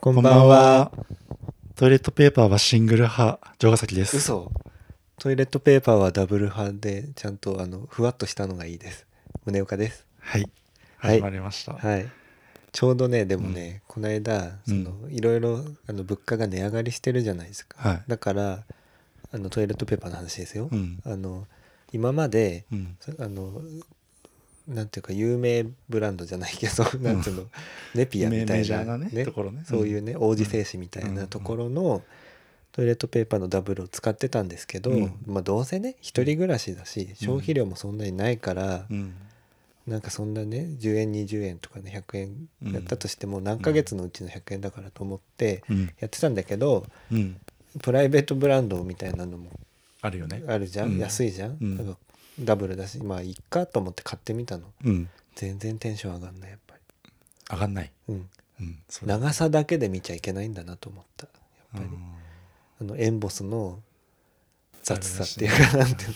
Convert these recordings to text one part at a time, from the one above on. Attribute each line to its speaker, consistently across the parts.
Speaker 1: こん
Speaker 2: こん
Speaker 1: ば
Speaker 2: ば
Speaker 1: ん
Speaker 2: ん
Speaker 1: は
Speaker 2: は。。トイレットペーパーはシングル派、城ヶ崎です。
Speaker 1: 嘘トイレットペーパーはダブル派で、ちゃんとあの、ふわっとしたのがいいです。宗岡です。
Speaker 2: はい。
Speaker 1: はい
Speaker 2: 始まりました。
Speaker 1: はい。ちょうどね、でもね、この間、その、いろいろ、あの、物価が値上がりしてるじゃないですか。
Speaker 2: はい
Speaker 1: だから、あの、トイレットペーパーの話ですよ。
Speaker 2: うん
Speaker 1: あの、今まで、
Speaker 2: うん。
Speaker 1: そあの、なんていうか、有名ブランドじゃないけど、なんていうの、ネピアみた
Speaker 2: メ
Speaker 1: い
Speaker 2: ジャー
Speaker 1: な、
Speaker 2: なねところね
Speaker 1: そういうね、王子製紙みたいなところの、トイレットペーパーのダブルを使ってたんですけど、
Speaker 2: うん
Speaker 1: まあどうせね一人暮らしだし消費量もそんなにないから、
Speaker 2: うん。
Speaker 1: なんかそんなね10円20円とかね100円
Speaker 2: うん
Speaker 1: やったとしても何ヶ月のうちの100円だからと思って
Speaker 2: うん。
Speaker 1: やってたんだけど
Speaker 2: うん。
Speaker 1: プライベートブランドみたいなのも
Speaker 2: あるよね。
Speaker 1: あるじゃん、
Speaker 2: うん
Speaker 1: 安いじゃん、
Speaker 2: うん
Speaker 1: だからダブルだしまあいっかと思って買ってみたの
Speaker 2: うん。
Speaker 1: 全然テンション上がんないやっぱ
Speaker 2: 上がんない。
Speaker 1: り、うん、
Speaker 2: うん。それ
Speaker 1: 長さだけで見ちゃいけないんだなと思ったやっぱり
Speaker 2: うん
Speaker 1: あのエンボスの雑さっていうかなんていう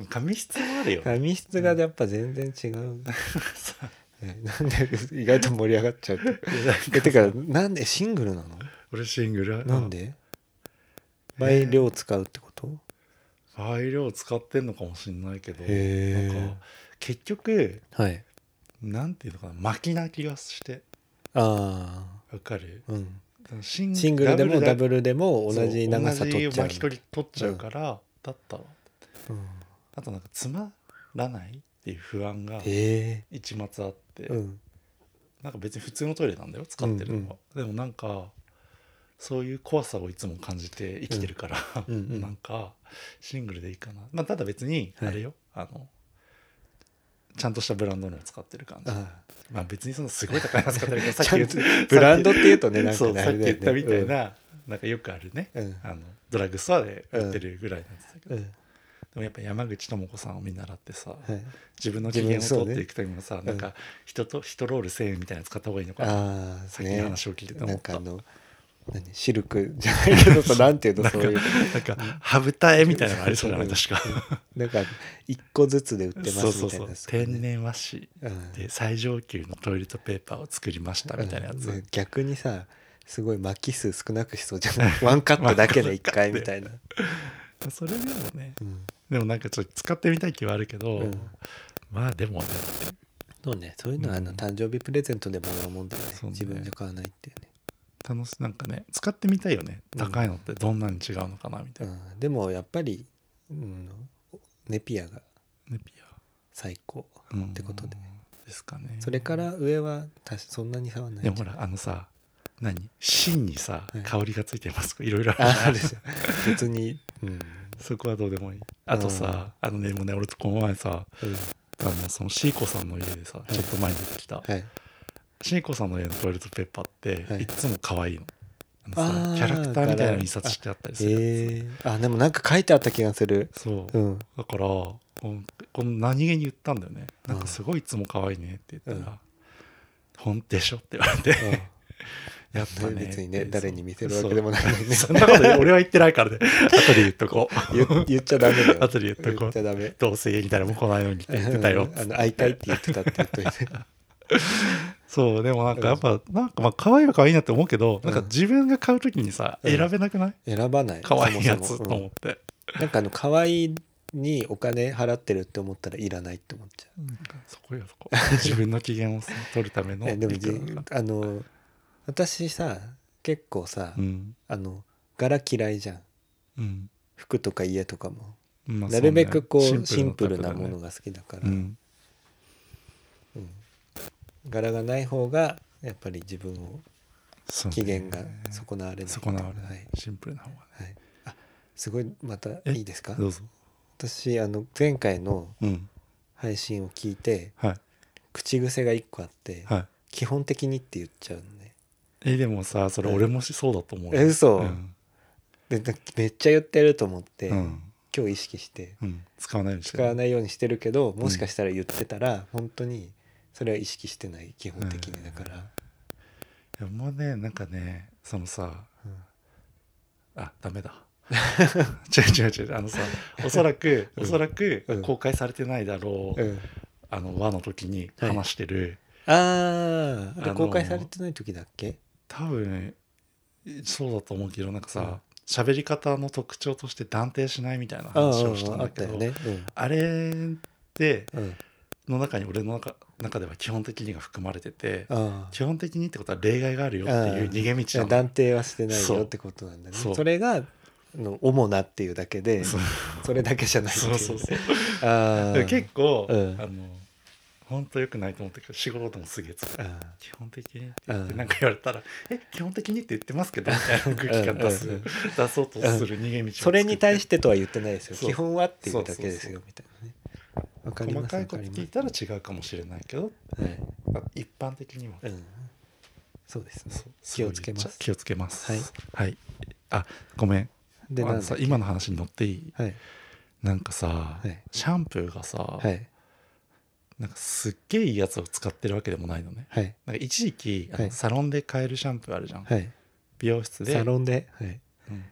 Speaker 1: の
Speaker 2: 紙質もあるよ。
Speaker 1: 紙質がやっぱ全然違う。ねなんで意外と盛り上がっちゃうって。えてかなんでシングルなの
Speaker 2: 俺シングル派
Speaker 1: なんで倍量使うってこと
Speaker 2: ファイルを使ってんのかもしれないけど、
Speaker 1: へー
Speaker 2: なんか、結局、
Speaker 1: はい。
Speaker 2: なんていうのかな、巻きな気がして、
Speaker 1: あ
Speaker 2: わかる
Speaker 1: あ。うん。
Speaker 2: シン
Speaker 1: シングルでもダ
Speaker 2: だ
Speaker 1: ブルでも同じ長さ
Speaker 2: そう
Speaker 1: 取っちゃう
Speaker 2: 同じ巻き。取り取っちゃうから、だったわ
Speaker 1: うん
Speaker 2: あとなんかつまらないっていう不安が
Speaker 1: え
Speaker 2: 一末あって、
Speaker 1: え。うん。
Speaker 2: なんか別に普通のトイレなんだよ使ってるのは、でもなんかそういう怖さをいつも感じて生きてるから、
Speaker 1: うんうんうん
Speaker 2: なんかシングルでいいかな、まあ、ただ別にあれよ、あのちゃんとしたブランドのを使ってる感じ
Speaker 1: あ
Speaker 2: まあ別にそのすごい高いの使っ てるけど
Speaker 1: あ。
Speaker 2: さっ
Speaker 1: ち
Speaker 2: き
Speaker 1: ゃ
Speaker 2: 言
Speaker 1: ん
Speaker 2: っ
Speaker 1: と
Speaker 2: た
Speaker 1: ブランドっていうとね、なん
Speaker 2: そ
Speaker 1: か
Speaker 2: う
Speaker 1: ね
Speaker 2: さっき言ったみたい。
Speaker 1: あれだよね
Speaker 2: な、なんかよくあるね、
Speaker 1: うん
Speaker 2: あのドラッグストアで売ってるぐらいなんですけど、
Speaker 1: うん。
Speaker 2: でもやっぱ山口智子さんを見習ってさ、
Speaker 1: うんはい。
Speaker 2: 自分の機嫌を
Speaker 1: 自分そう
Speaker 2: 取
Speaker 1: ね
Speaker 2: っていくためにもさ、なん
Speaker 1: う
Speaker 2: か人と人ロール1000円みたいなの使った方がいいのかな
Speaker 1: ああ。
Speaker 2: さっきの話を聞いてて
Speaker 1: な
Speaker 2: 思
Speaker 1: ん
Speaker 2: った
Speaker 1: かあの、何シルクじゃない けどさ、なんていうのそういう。
Speaker 2: なんか羽二重みたいなのありそうじゃない確か
Speaker 1: なんか一個ずつで売ってま
Speaker 2: そう
Speaker 1: す
Speaker 2: そ
Speaker 1: み
Speaker 2: う
Speaker 1: たい
Speaker 2: そ
Speaker 1: な
Speaker 2: う
Speaker 1: やつとかね、
Speaker 2: 天然和紙
Speaker 1: うん
Speaker 2: で最上級のトイレットペーパーを作りましたみたいなやつ、
Speaker 1: うん逆にさすごい巻き数少なくしそうじゃない ワンカットだけで1回みた いな、
Speaker 2: それでもね
Speaker 1: うん
Speaker 2: でもなんかちょっと使ってみたい気はあるけど、
Speaker 1: うん
Speaker 2: まあでもね
Speaker 1: そうねそういうのはあの
Speaker 2: うん
Speaker 1: 誕生日プレゼントでもらうもんだよね,、
Speaker 2: そうね
Speaker 1: 自分で買わないっていうね
Speaker 2: 楽しなんかね使ってみたいよね高いのってどんなに違うのかなみたいな、
Speaker 1: うん、でもやっぱり、うん、ネピアが
Speaker 2: ネピ
Speaker 1: 最高
Speaker 2: ア、うん
Speaker 1: ってことで
Speaker 2: ですかね
Speaker 1: それから上はたしそんなに差はない
Speaker 2: でもほらあのさ何芯にさ、
Speaker 1: はい
Speaker 2: 香りがついてますいろいろある
Speaker 1: ああるじゃん別に、うん
Speaker 2: そこはどうでもいいあとさ、あのねもうね俺この前さ
Speaker 1: うん
Speaker 2: あのそのシーコさんの家でさ、
Speaker 1: い
Speaker 2: ちょっと前に出てきた、
Speaker 1: はい、
Speaker 2: シーコさんの家のトイレットペーパーって、
Speaker 1: はい
Speaker 2: い、つも可愛いのあの
Speaker 1: あ
Speaker 2: さ
Speaker 1: ー
Speaker 2: キャラクターみたいなの印刷してあったりするやつ、
Speaker 1: えー、あでもなんか書いてあった気がする
Speaker 2: そう、
Speaker 1: うん
Speaker 2: だからこのこの何気に言ったんだよねなんかすごいいつも可愛いねって言った
Speaker 1: う
Speaker 2: ら「
Speaker 1: ん
Speaker 2: ほんでしょ?」って言われて、
Speaker 1: うん
Speaker 2: やっぱね
Speaker 1: 別 にね
Speaker 2: って
Speaker 1: 誰に見せるわけでもないのにね
Speaker 2: そうそんなこと言う俺は言ってない からね後で言っとこ う
Speaker 1: 言言っちゃダメだよ。
Speaker 2: 後で言っとこ
Speaker 1: 言
Speaker 2: う
Speaker 1: っちゃダメ。
Speaker 2: どうせ家に誰も来ないようにって言ってたよ
Speaker 1: あの会いたいって言ってたって言っといて。
Speaker 2: そうでもなんかやっぱなんかまあ可愛いは可愛いなって思うけど、なんか自分が買う時にさ、
Speaker 1: うん
Speaker 2: 選べなくない
Speaker 1: 選ばない。
Speaker 2: 可愛いやつ
Speaker 1: そ
Speaker 2: と
Speaker 1: もそも
Speaker 2: 思って、
Speaker 1: うんなんかあの可愛いにお金払ってるって思ったらいらないって思っちゃ
Speaker 2: なんかそこよそこ自分の機嫌を取るための
Speaker 1: う。えでもじ
Speaker 2: いくらか
Speaker 1: あの私さ結構さ、
Speaker 2: うん
Speaker 1: あの柄嫌いじゃん。
Speaker 2: うん
Speaker 1: 服とか家とかも、
Speaker 2: まあ
Speaker 1: なるべくこう
Speaker 2: そ
Speaker 1: シ
Speaker 2: ね
Speaker 1: ンプルな
Speaker 2: タイプだ
Speaker 1: も
Speaker 2: ね
Speaker 1: のが好きだから、
Speaker 2: うん
Speaker 1: うん柄がない方がやっぱり自分を
Speaker 2: そうね
Speaker 1: 機嫌が損なわれない
Speaker 2: 損なわれ
Speaker 1: は
Speaker 2: ないいシンプルな方がね
Speaker 1: はい、あすごいまた
Speaker 2: え
Speaker 1: いいですか
Speaker 2: どうぞ
Speaker 1: 私あの前回の
Speaker 2: うん
Speaker 1: 配信を聞いて
Speaker 2: はい
Speaker 1: 口癖が1個あって、
Speaker 2: はい
Speaker 1: 基本的にって言っちゃうのね
Speaker 2: えでもさそれ俺もしそうだと思う
Speaker 1: え嘘
Speaker 2: うん
Speaker 1: でなめっちゃ言ってると思って、
Speaker 2: うん
Speaker 1: 今日意識して
Speaker 2: うん使わないようにして
Speaker 1: 使わないようにしてるけどもしかしたら言ってたら、本当にそれは意識してない基本的にだから、
Speaker 2: いやもうねなんかねそのさ
Speaker 1: うん
Speaker 2: あダメだ 違う違う違うあのさおそらく、
Speaker 1: うん
Speaker 2: おそらく
Speaker 1: うん
Speaker 2: 公開されてないだろう、
Speaker 1: うん
Speaker 2: あの和の時に話してる、
Speaker 1: あーあ
Speaker 2: あ
Speaker 1: れ
Speaker 2: の
Speaker 1: 公開されてない時だっけ、
Speaker 2: 多分そうだと思うけどなんかさ喋、り方の特徴として断定しないみたいな
Speaker 1: ああ
Speaker 2: 話をしたん
Speaker 1: あ
Speaker 2: だ
Speaker 1: っ
Speaker 2: け
Speaker 1: た
Speaker 2: ど
Speaker 1: よ
Speaker 2: あ,、
Speaker 1: ね
Speaker 2: れで
Speaker 1: うん、うん、
Speaker 2: の中に俺の中中では基本的にが含まれてて
Speaker 1: ああ
Speaker 2: 基本的にってことは例外があるよっていう逃げ
Speaker 1: じゃあ
Speaker 2: 道なんだ
Speaker 1: 断定はしてない
Speaker 2: そう
Speaker 1: よってことなんだね
Speaker 2: そ
Speaker 1: そうれがあの主なっていうだけで
Speaker 2: そ
Speaker 1: そうれだけじゃないってい
Speaker 2: そううそうそう
Speaker 1: ああ
Speaker 2: 結構、
Speaker 1: うん
Speaker 2: あの本当よくないと思ったけど仕事でもすげえ使う
Speaker 1: あ
Speaker 2: 基本的にって
Speaker 1: あ
Speaker 2: 言ってなんか言われたら「え基本的にって言ってますけど」みたいな空気感出
Speaker 1: う
Speaker 2: す
Speaker 1: んうんうん
Speaker 2: 出そうとする逃げ道を作って
Speaker 1: それに対してとは言ってないですよ
Speaker 2: そう
Speaker 1: 基本はっていうだけですよみたいなねわかり
Speaker 2: 細
Speaker 1: ます
Speaker 2: か
Speaker 1: わ
Speaker 2: いこ
Speaker 1: か
Speaker 2: と
Speaker 1: り
Speaker 2: 聞い
Speaker 1: ま
Speaker 2: たら違うかもしれないけど
Speaker 1: すはい
Speaker 2: 一般的には
Speaker 1: うんそうですね
Speaker 2: そう
Speaker 1: 気をつけます
Speaker 2: 気をつけます
Speaker 1: はい、
Speaker 2: はい、あごめん
Speaker 1: で
Speaker 2: あ
Speaker 1: な
Speaker 2: の
Speaker 1: ん
Speaker 2: さ
Speaker 1: だ
Speaker 2: 今の話に乗っていい
Speaker 1: はい
Speaker 2: なんかさ、
Speaker 1: はい
Speaker 2: シャンプーがさ、
Speaker 1: はい
Speaker 2: なんかすっげえいいやつを使ってるわけでもないのね
Speaker 1: はい
Speaker 2: なんか一時期あの
Speaker 1: はい
Speaker 2: サロンで買えるシャンプーあるじゃん、
Speaker 1: はい
Speaker 2: 美容室で
Speaker 1: サロンではい
Speaker 2: うん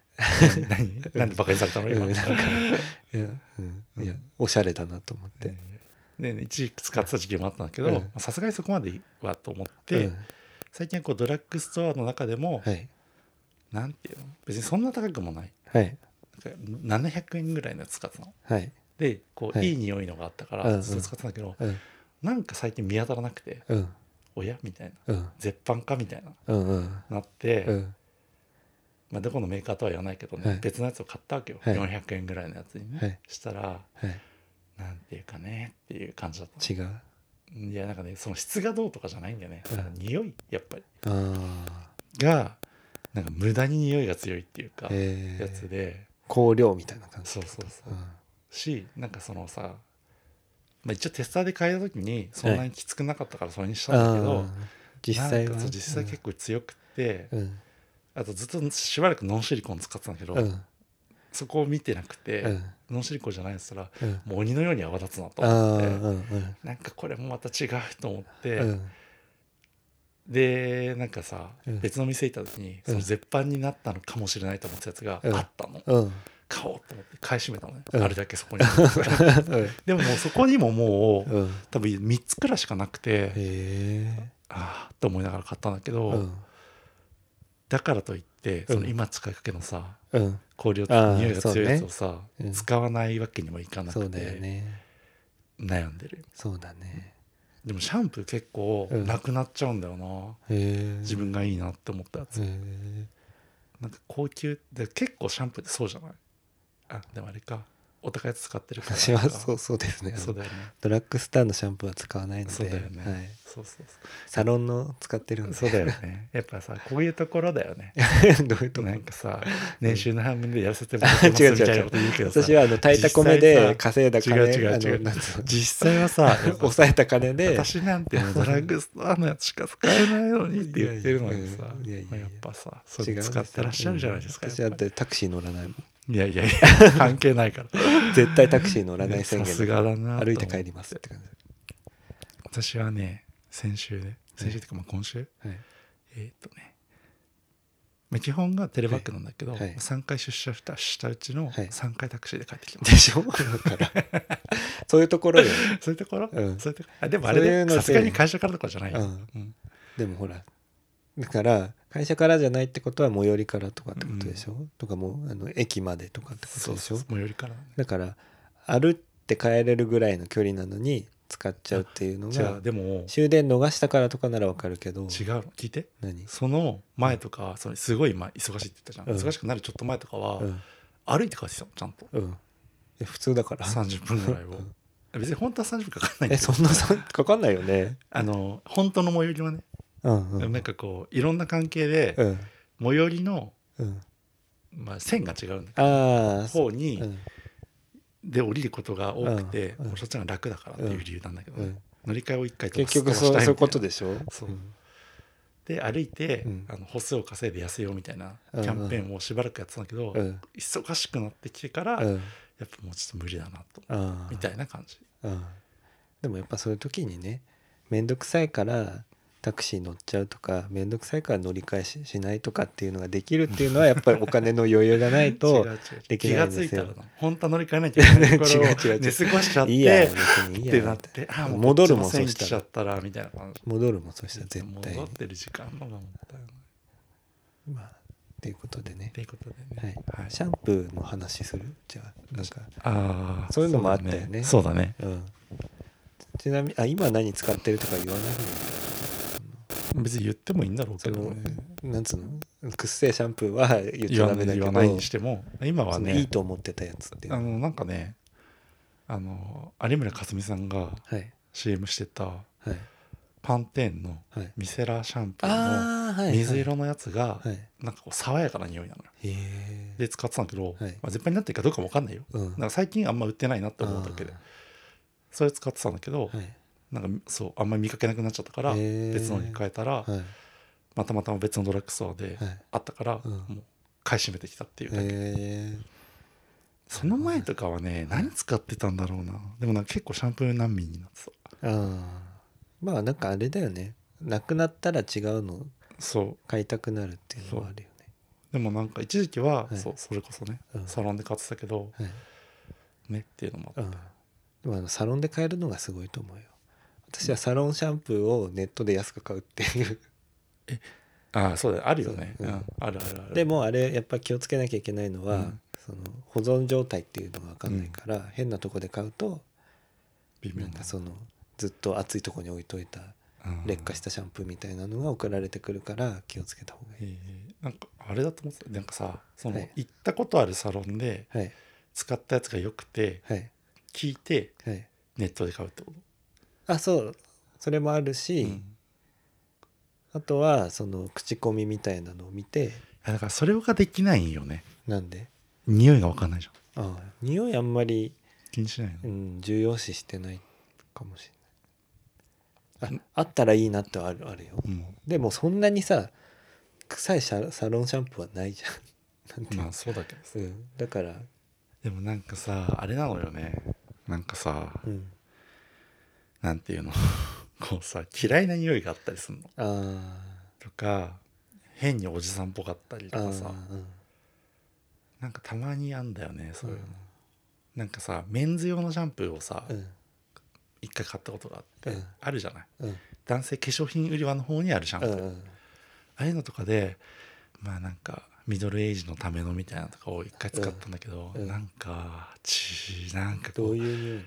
Speaker 2: 何なんでバカにされたの
Speaker 1: う
Speaker 2: 今
Speaker 1: んなんかいやうんいやおしゃれだなと思って
Speaker 2: ねね一時期使ってた時期もあったんだけ
Speaker 1: う
Speaker 2: ど
Speaker 1: ん
Speaker 2: さすがにそこまではと思って、
Speaker 1: うん
Speaker 2: 最近はこうドラッグストアの中でも、
Speaker 1: はい
Speaker 2: なんていうの別にそんな高くもない
Speaker 1: はい
Speaker 2: なんか700円ぐらいのやつ使ってたの
Speaker 1: はい
Speaker 2: でこう、
Speaker 1: はい
Speaker 2: い、い匂いのがあったか
Speaker 1: うんう
Speaker 2: ら
Speaker 1: ん
Speaker 2: ずっと使ってたんだけど、
Speaker 1: うん
Speaker 2: なんか最近見当たらなくて
Speaker 1: うん
Speaker 2: おやみたいな
Speaker 1: うん
Speaker 2: 絶版かみたいな
Speaker 1: うんうん
Speaker 2: なって、
Speaker 1: うん
Speaker 2: まあ、どこのメーカーとは言わないけどね、
Speaker 1: はい
Speaker 2: 別のやつを買ったわけよ、
Speaker 1: はい
Speaker 2: 400円ぐらいのやつにね、
Speaker 1: はい
Speaker 2: したら
Speaker 1: はい
Speaker 2: なんていうかねっていう感じだった
Speaker 1: 違う
Speaker 2: いやなんかねその質がどうとかじゃないんだよね、
Speaker 1: うん
Speaker 2: なんか匂いやっぱり
Speaker 1: あ
Speaker 2: がなんか無駄に匂いが強いっていうか
Speaker 1: あ、え
Speaker 2: やつで
Speaker 1: 香料みたいな感じ
Speaker 2: そうそうそう
Speaker 1: うん
Speaker 2: しなんかそのさ、まあ、一応テスターで変えた時にそんなにきつくなかったからそれにしたんだけど、
Speaker 1: あー実際
Speaker 2: なん
Speaker 1: は
Speaker 2: かそう実際結構強くて、
Speaker 1: うん
Speaker 2: あとずっとしばらくノンシリコン使ってたんだけど、
Speaker 1: うん
Speaker 2: そこを見てなくて、
Speaker 1: うん
Speaker 2: ノンシリコンじゃないやつら
Speaker 1: うん
Speaker 2: もう鬼のように泡立つなと
Speaker 1: ああう
Speaker 2: 思って
Speaker 1: んうん
Speaker 2: なんかこれもまた違うと思って、
Speaker 1: うん
Speaker 2: でなんかさ、
Speaker 1: うん
Speaker 2: 別の店行った時にその絶版になったのかもしれないと思ってたやつが
Speaker 1: うん
Speaker 2: あったの、
Speaker 1: うん
Speaker 2: 買おうと思って買い占めたのね、
Speaker 1: うん
Speaker 2: あれだけそこに でももうそこにもも う、
Speaker 1: うん
Speaker 2: 多分3つくらいしかなくて、
Speaker 1: へえ
Speaker 2: ああと思いながら買ったんだけど、
Speaker 1: うん
Speaker 2: だからといってその
Speaker 1: うん
Speaker 2: 今使いかけのさ
Speaker 1: うん
Speaker 2: 香料
Speaker 1: ああ
Speaker 2: 匂いが強いやつをさ、
Speaker 1: そうねうん
Speaker 2: 使わないわけにもいかな
Speaker 1: そ
Speaker 2: く
Speaker 1: うだよ
Speaker 2: て
Speaker 1: ね
Speaker 2: 悩んでる
Speaker 1: そうだね
Speaker 2: でもシャンプー結構
Speaker 1: うん
Speaker 2: なくなっちゃうんだよな、
Speaker 1: へえ
Speaker 2: 自分がいいなって思ったやつ、
Speaker 1: へえ
Speaker 2: なんか高級で結構シャンプーってそうじゃないあでもあれかお高いやつ使ってるから
Speaker 1: 私は
Speaker 2: なんか
Speaker 1: そうそうですね
Speaker 2: そうだよね
Speaker 1: ドラッグスターのシャンプーは使わないので
Speaker 2: そうだよね、
Speaker 1: はい、
Speaker 2: そうそうそ
Speaker 1: サロンの使ってるん
Speaker 2: う
Speaker 1: で
Speaker 2: そうだよね やっぱさこういうところだよね
Speaker 1: どういうとこ
Speaker 2: なんかさ年収の半分で痩せてもらってま す
Speaker 1: 違う違う違う
Speaker 2: みたいなこと言うけどさ
Speaker 1: 私はあの炊いた米で稼いだ金
Speaker 2: 違う違う違
Speaker 1: あの
Speaker 2: う
Speaker 1: なんつうの
Speaker 2: 実際はさやっぱ
Speaker 1: 抑えた金で
Speaker 2: 私なんてもう ドラッグストアのやつしか使えないのにって言ってるのにさ
Speaker 1: いやいやいやいやいや
Speaker 2: まあやっぱさそ
Speaker 1: 違うん
Speaker 2: れ
Speaker 1: です
Speaker 2: 使
Speaker 1: よ
Speaker 2: ってらっしゃるじゃないですか
Speaker 1: うん私
Speaker 2: や
Speaker 1: だ
Speaker 2: っ
Speaker 1: っ
Speaker 2: ぱ
Speaker 1: てタクシー乗らないもん
Speaker 2: りいやいやいや 関係ないから
Speaker 1: 絶対タクシー乗らない宣
Speaker 2: さ
Speaker 1: 言
Speaker 2: すがだなと
Speaker 1: 歩
Speaker 2: 思
Speaker 1: い
Speaker 2: って
Speaker 1: 帰りますって感
Speaker 2: 私はね先週ね先週っていうかまあ今週
Speaker 1: じはい
Speaker 2: えーっとねまあ基本がテレバックなんだけど、
Speaker 1: はいはい
Speaker 2: 3回出社したしたうちの
Speaker 1: はい
Speaker 2: 3回タクシーで帰って きま
Speaker 1: でしょだからそういうところよ
Speaker 2: そういうところ、
Speaker 1: うん
Speaker 2: そういうとこあでもあれ
Speaker 1: そういう
Speaker 2: ね
Speaker 1: ので
Speaker 2: さすがに会社からとかじゃないよ、
Speaker 1: うん
Speaker 2: うん
Speaker 1: でもほらだから会社からじゃないってことは最寄りからとかってことでしょ、とかもうあの駅までとかってこと
Speaker 2: そう
Speaker 1: でしょ
Speaker 2: そう最寄りからだね
Speaker 1: だから歩って帰れるぐらいの距離なのに使っちゃうっていうの
Speaker 2: じゃあ
Speaker 1: が
Speaker 2: でも
Speaker 1: 終電逃したからとかならわかるけど
Speaker 2: 違うの聞いて
Speaker 1: 何
Speaker 2: その前とか、そのすごい今忙しいって言ったじゃん、
Speaker 1: うん
Speaker 2: 忙しくなるちょっと前とかは、
Speaker 1: うん
Speaker 2: 歩いて帰ってきたのちゃんと
Speaker 1: うんえ普通だから
Speaker 2: 30分ぐらいを
Speaker 1: うん
Speaker 2: 別に本当は30分かかんないんだ
Speaker 1: え
Speaker 2: けど
Speaker 1: そんなさかかんないよね
Speaker 2: あの本当の最寄りはね、
Speaker 1: うんうん
Speaker 2: なんかこういろんな関係で、
Speaker 1: うん
Speaker 2: 最寄りの、
Speaker 1: うん
Speaker 2: まあ、線が違うんだけ
Speaker 1: ああ
Speaker 2: ど方に、
Speaker 1: うん
Speaker 2: で降りることが多くて、
Speaker 1: うんうん
Speaker 2: もうそっちの方が楽だからっていう理由なんだけど、ね
Speaker 1: うん
Speaker 2: 乗り換えを1回とか
Speaker 1: 結局
Speaker 2: 飛ばし
Speaker 1: そうそう
Speaker 2: たみた
Speaker 1: い
Speaker 2: な
Speaker 1: うことでしょ
Speaker 2: そうんで歩いて、
Speaker 1: うん
Speaker 2: あの歩数を稼いで痩せようみたいなキャンペーンをしばらくやってたんだけど、
Speaker 1: うん
Speaker 2: 忙しくなってきてから、
Speaker 1: う
Speaker 2: やっ
Speaker 1: ん
Speaker 2: ぱもうちょっと無理だなと
Speaker 1: あ
Speaker 2: みたいな感じ
Speaker 1: あうんでもやっぱそういう時にね面倒くさいからタクシー乗っちゃうとか面倒くさいから乗り換えししないとかっていうのができるっていうのはやっぱりお金の余裕がない
Speaker 2: 違
Speaker 1: と
Speaker 2: う違う
Speaker 1: でき
Speaker 2: 気
Speaker 1: ない
Speaker 2: が
Speaker 1: ん
Speaker 2: つ
Speaker 1: で
Speaker 2: い
Speaker 1: す
Speaker 2: たら
Speaker 1: よ
Speaker 2: な本当は乗り換えなきゃいけないところ
Speaker 1: 違う違う違
Speaker 2: を
Speaker 1: う
Speaker 2: 寝過ごしちゃっ
Speaker 1: いいや
Speaker 2: て
Speaker 1: 別にい
Speaker 2: っ
Speaker 1: い
Speaker 2: て
Speaker 1: や
Speaker 2: なってあもう
Speaker 1: 戻るもん
Speaker 2: こっち線
Speaker 1: そしたら
Speaker 2: 来ちゃったらみたいな感じ
Speaker 1: 戻るもんそしたら絶対
Speaker 2: 戻ってる時間も守ったよね
Speaker 1: まあっていうことでね
Speaker 2: ていうことで
Speaker 1: は
Speaker 2: ね
Speaker 1: い、シャンプーの話するじゃあなんか、
Speaker 2: ああ
Speaker 1: そういうのもあったよね
Speaker 2: そうだね
Speaker 1: うん、ちなみにあ今何使ってるとか言わない方がいいのか
Speaker 2: 別に言ってもいいんだろうけ
Speaker 1: そ
Speaker 2: ど
Speaker 1: の
Speaker 2: ね
Speaker 1: なんつうのくっせえシャンプーは言っち
Speaker 2: 言
Speaker 1: ゃ
Speaker 2: わ
Speaker 1: ダメ
Speaker 2: ない
Speaker 1: だけ
Speaker 2: 言
Speaker 1: ど
Speaker 2: わないにしても今は
Speaker 1: その
Speaker 2: ね
Speaker 1: いいと思ってたやつっていう
Speaker 2: あ
Speaker 1: の
Speaker 2: のなんかねあの有村架純さんが
Speaker 1: はい
Speaker 2: CM してた
Speaker 1: はい
Speaker 2: パンテーンの
Speaker 1: はい
Speaker 2: ミセラーシャンプーの
Speaker 1: ああはい
Speaker 2: 水色のやつが
Speaker 1: はいへ
Speaker 2: なんかこう爽やかな匂いなのよ
Speaker 1: え
Speaker 2: で使ってたんだけど、
Speaker 1: はい
Speaker 2: まあ、絶版になってるかどうかも分かんないよ
Speaker 1: うん
Speaker 2: なんか最近あんま売ってないなって思うだけでそれ使ってたんだけど、
Speaker 1: あーはい
Speaker 2: なんかそうあんまり見かけなくなっちゃったから
Speaker 1: へー
Speaker 2: 別のに変えたら、
Speaker 1: はい
Speaker 2: またまたま別のドラッグストアで
Speaker 1: はい
Speaker 2: あったから、
Speaker 1: うん
Speaker 2: もう買い占めてきたっていうだけ、
Speaker 1: へえ
Speaker 2: その前とかはね何使ってたんだろうなでもなんか結構シャンプー難民になってた
Speaker 1: ああまあなんかあれだよねなくなったら違うの
Speaker 2: そう
Speaker 1: 買いたくなるっていうのはあるよ
Speaker 2: でもなんか一時期は、
Speaker 1: はい
Speaker 2: そうそれこそね、
Speaker 1: うん
Speaker 2: サロンで買ってたけど
Speaker 1: ね
Speaker 2: ねっていうのもあ
Speaker 1: はいう
Speaker 2: っ
Speaker 1: んでもあのサロンで買えるのがすごいと思うよ私はサロンシャンプーをネットで安く買うっていう
Speaker 2: た、ああそうだよあるよね、
Speaker 1: そう
Speaker 2: う
Speaker 1: うん
Speaker 2: んあるあるある
Speaker 1: でもあれやっぱ気をつけなきゃいけないのは、
Speaker 2: うん
Speaker 1: その保存状態っていうのが分かんないから、変なとこで買うと
Speaker 2: 微妙
Speaker 1: なんかそのずっと暑いとこに置いといた
Speaker 2: うん
Speaker 1: 劣化したシャンプーみたいなのが送られてくるから気をつけた方がいい。
Speaker 2: えーなんかあれだと思ってたなんかさその、
Speaker 1: はい
Speaker 2: 行ったことあるサロンで
Speaker 1: はい
Speaker 2: 使ったやつが良くて
Speaker 1: はい
Speaker 2: 聞いて
Speaker 1: はい。
Speaker 2: ネットで買うってこと、
Speaker 1: あそうそれもあるし、
Speaker 2: うん
Speaker 1: あとはその口コミみたいなのを見て
Speaker 2: あだからそれができないんよね
Speaker 1: なんで
Speaker 2: 匂いが分かんないじゃん
Speaker 1: あ匂いあんまり、
Speaker 2: 気にしないの
Speaker 1: うん、重要視してないかもしれない。ああったらいいなってはあるあるよ。
Speaker 2: うん
Speaker 1: でもそんなにさ臭いシャサロンシャンプーはないじゃん。 なんていうの
Speaker 2: まあそうだけどさ
Speaker 1: うん、だから、
Speaker 2: でもなんかさあれなのよねなんかさ
Speaker 1: うん、
Speaker 2: なんていうの こうさ嫌いな匂いがあったりするの
Speaker 1: あ
Speaker 2: とか変におじさんっぽかった
Speaker 1: ー
Speaker 2: り
Speaker 1: あ
Speaker 2: とか
Speaker 1: ー
Speaker 2: さ
Speaker 1: うん
Speaker 2: なんかたまにあんだよねそういうの、
Speaker 1: うん
Speaker 2: なんかさメンズ用のシャンプーをさ
Speaker 1: うん
Speaker 2: 一、回買ったことがあって、
Speaker 1: うん
Speaker 2: あるじゃない
Speaker 1: うん
Speaker 2: 男性化粧品売り場の方にあるシャンプ
Speaker 1: う
Speaker 2: ー、
Speaker 1: ん
Speaker 2: ああいうのとかでまあなんかミドルエイジのためのみたいなのとかを一回使ったんだけど、
Speaker 1: うんうん
Speaker 2: なんかちーなんかこ
Speaker 1: ど
Speaker 2: う
Speaker 1: ういう匂い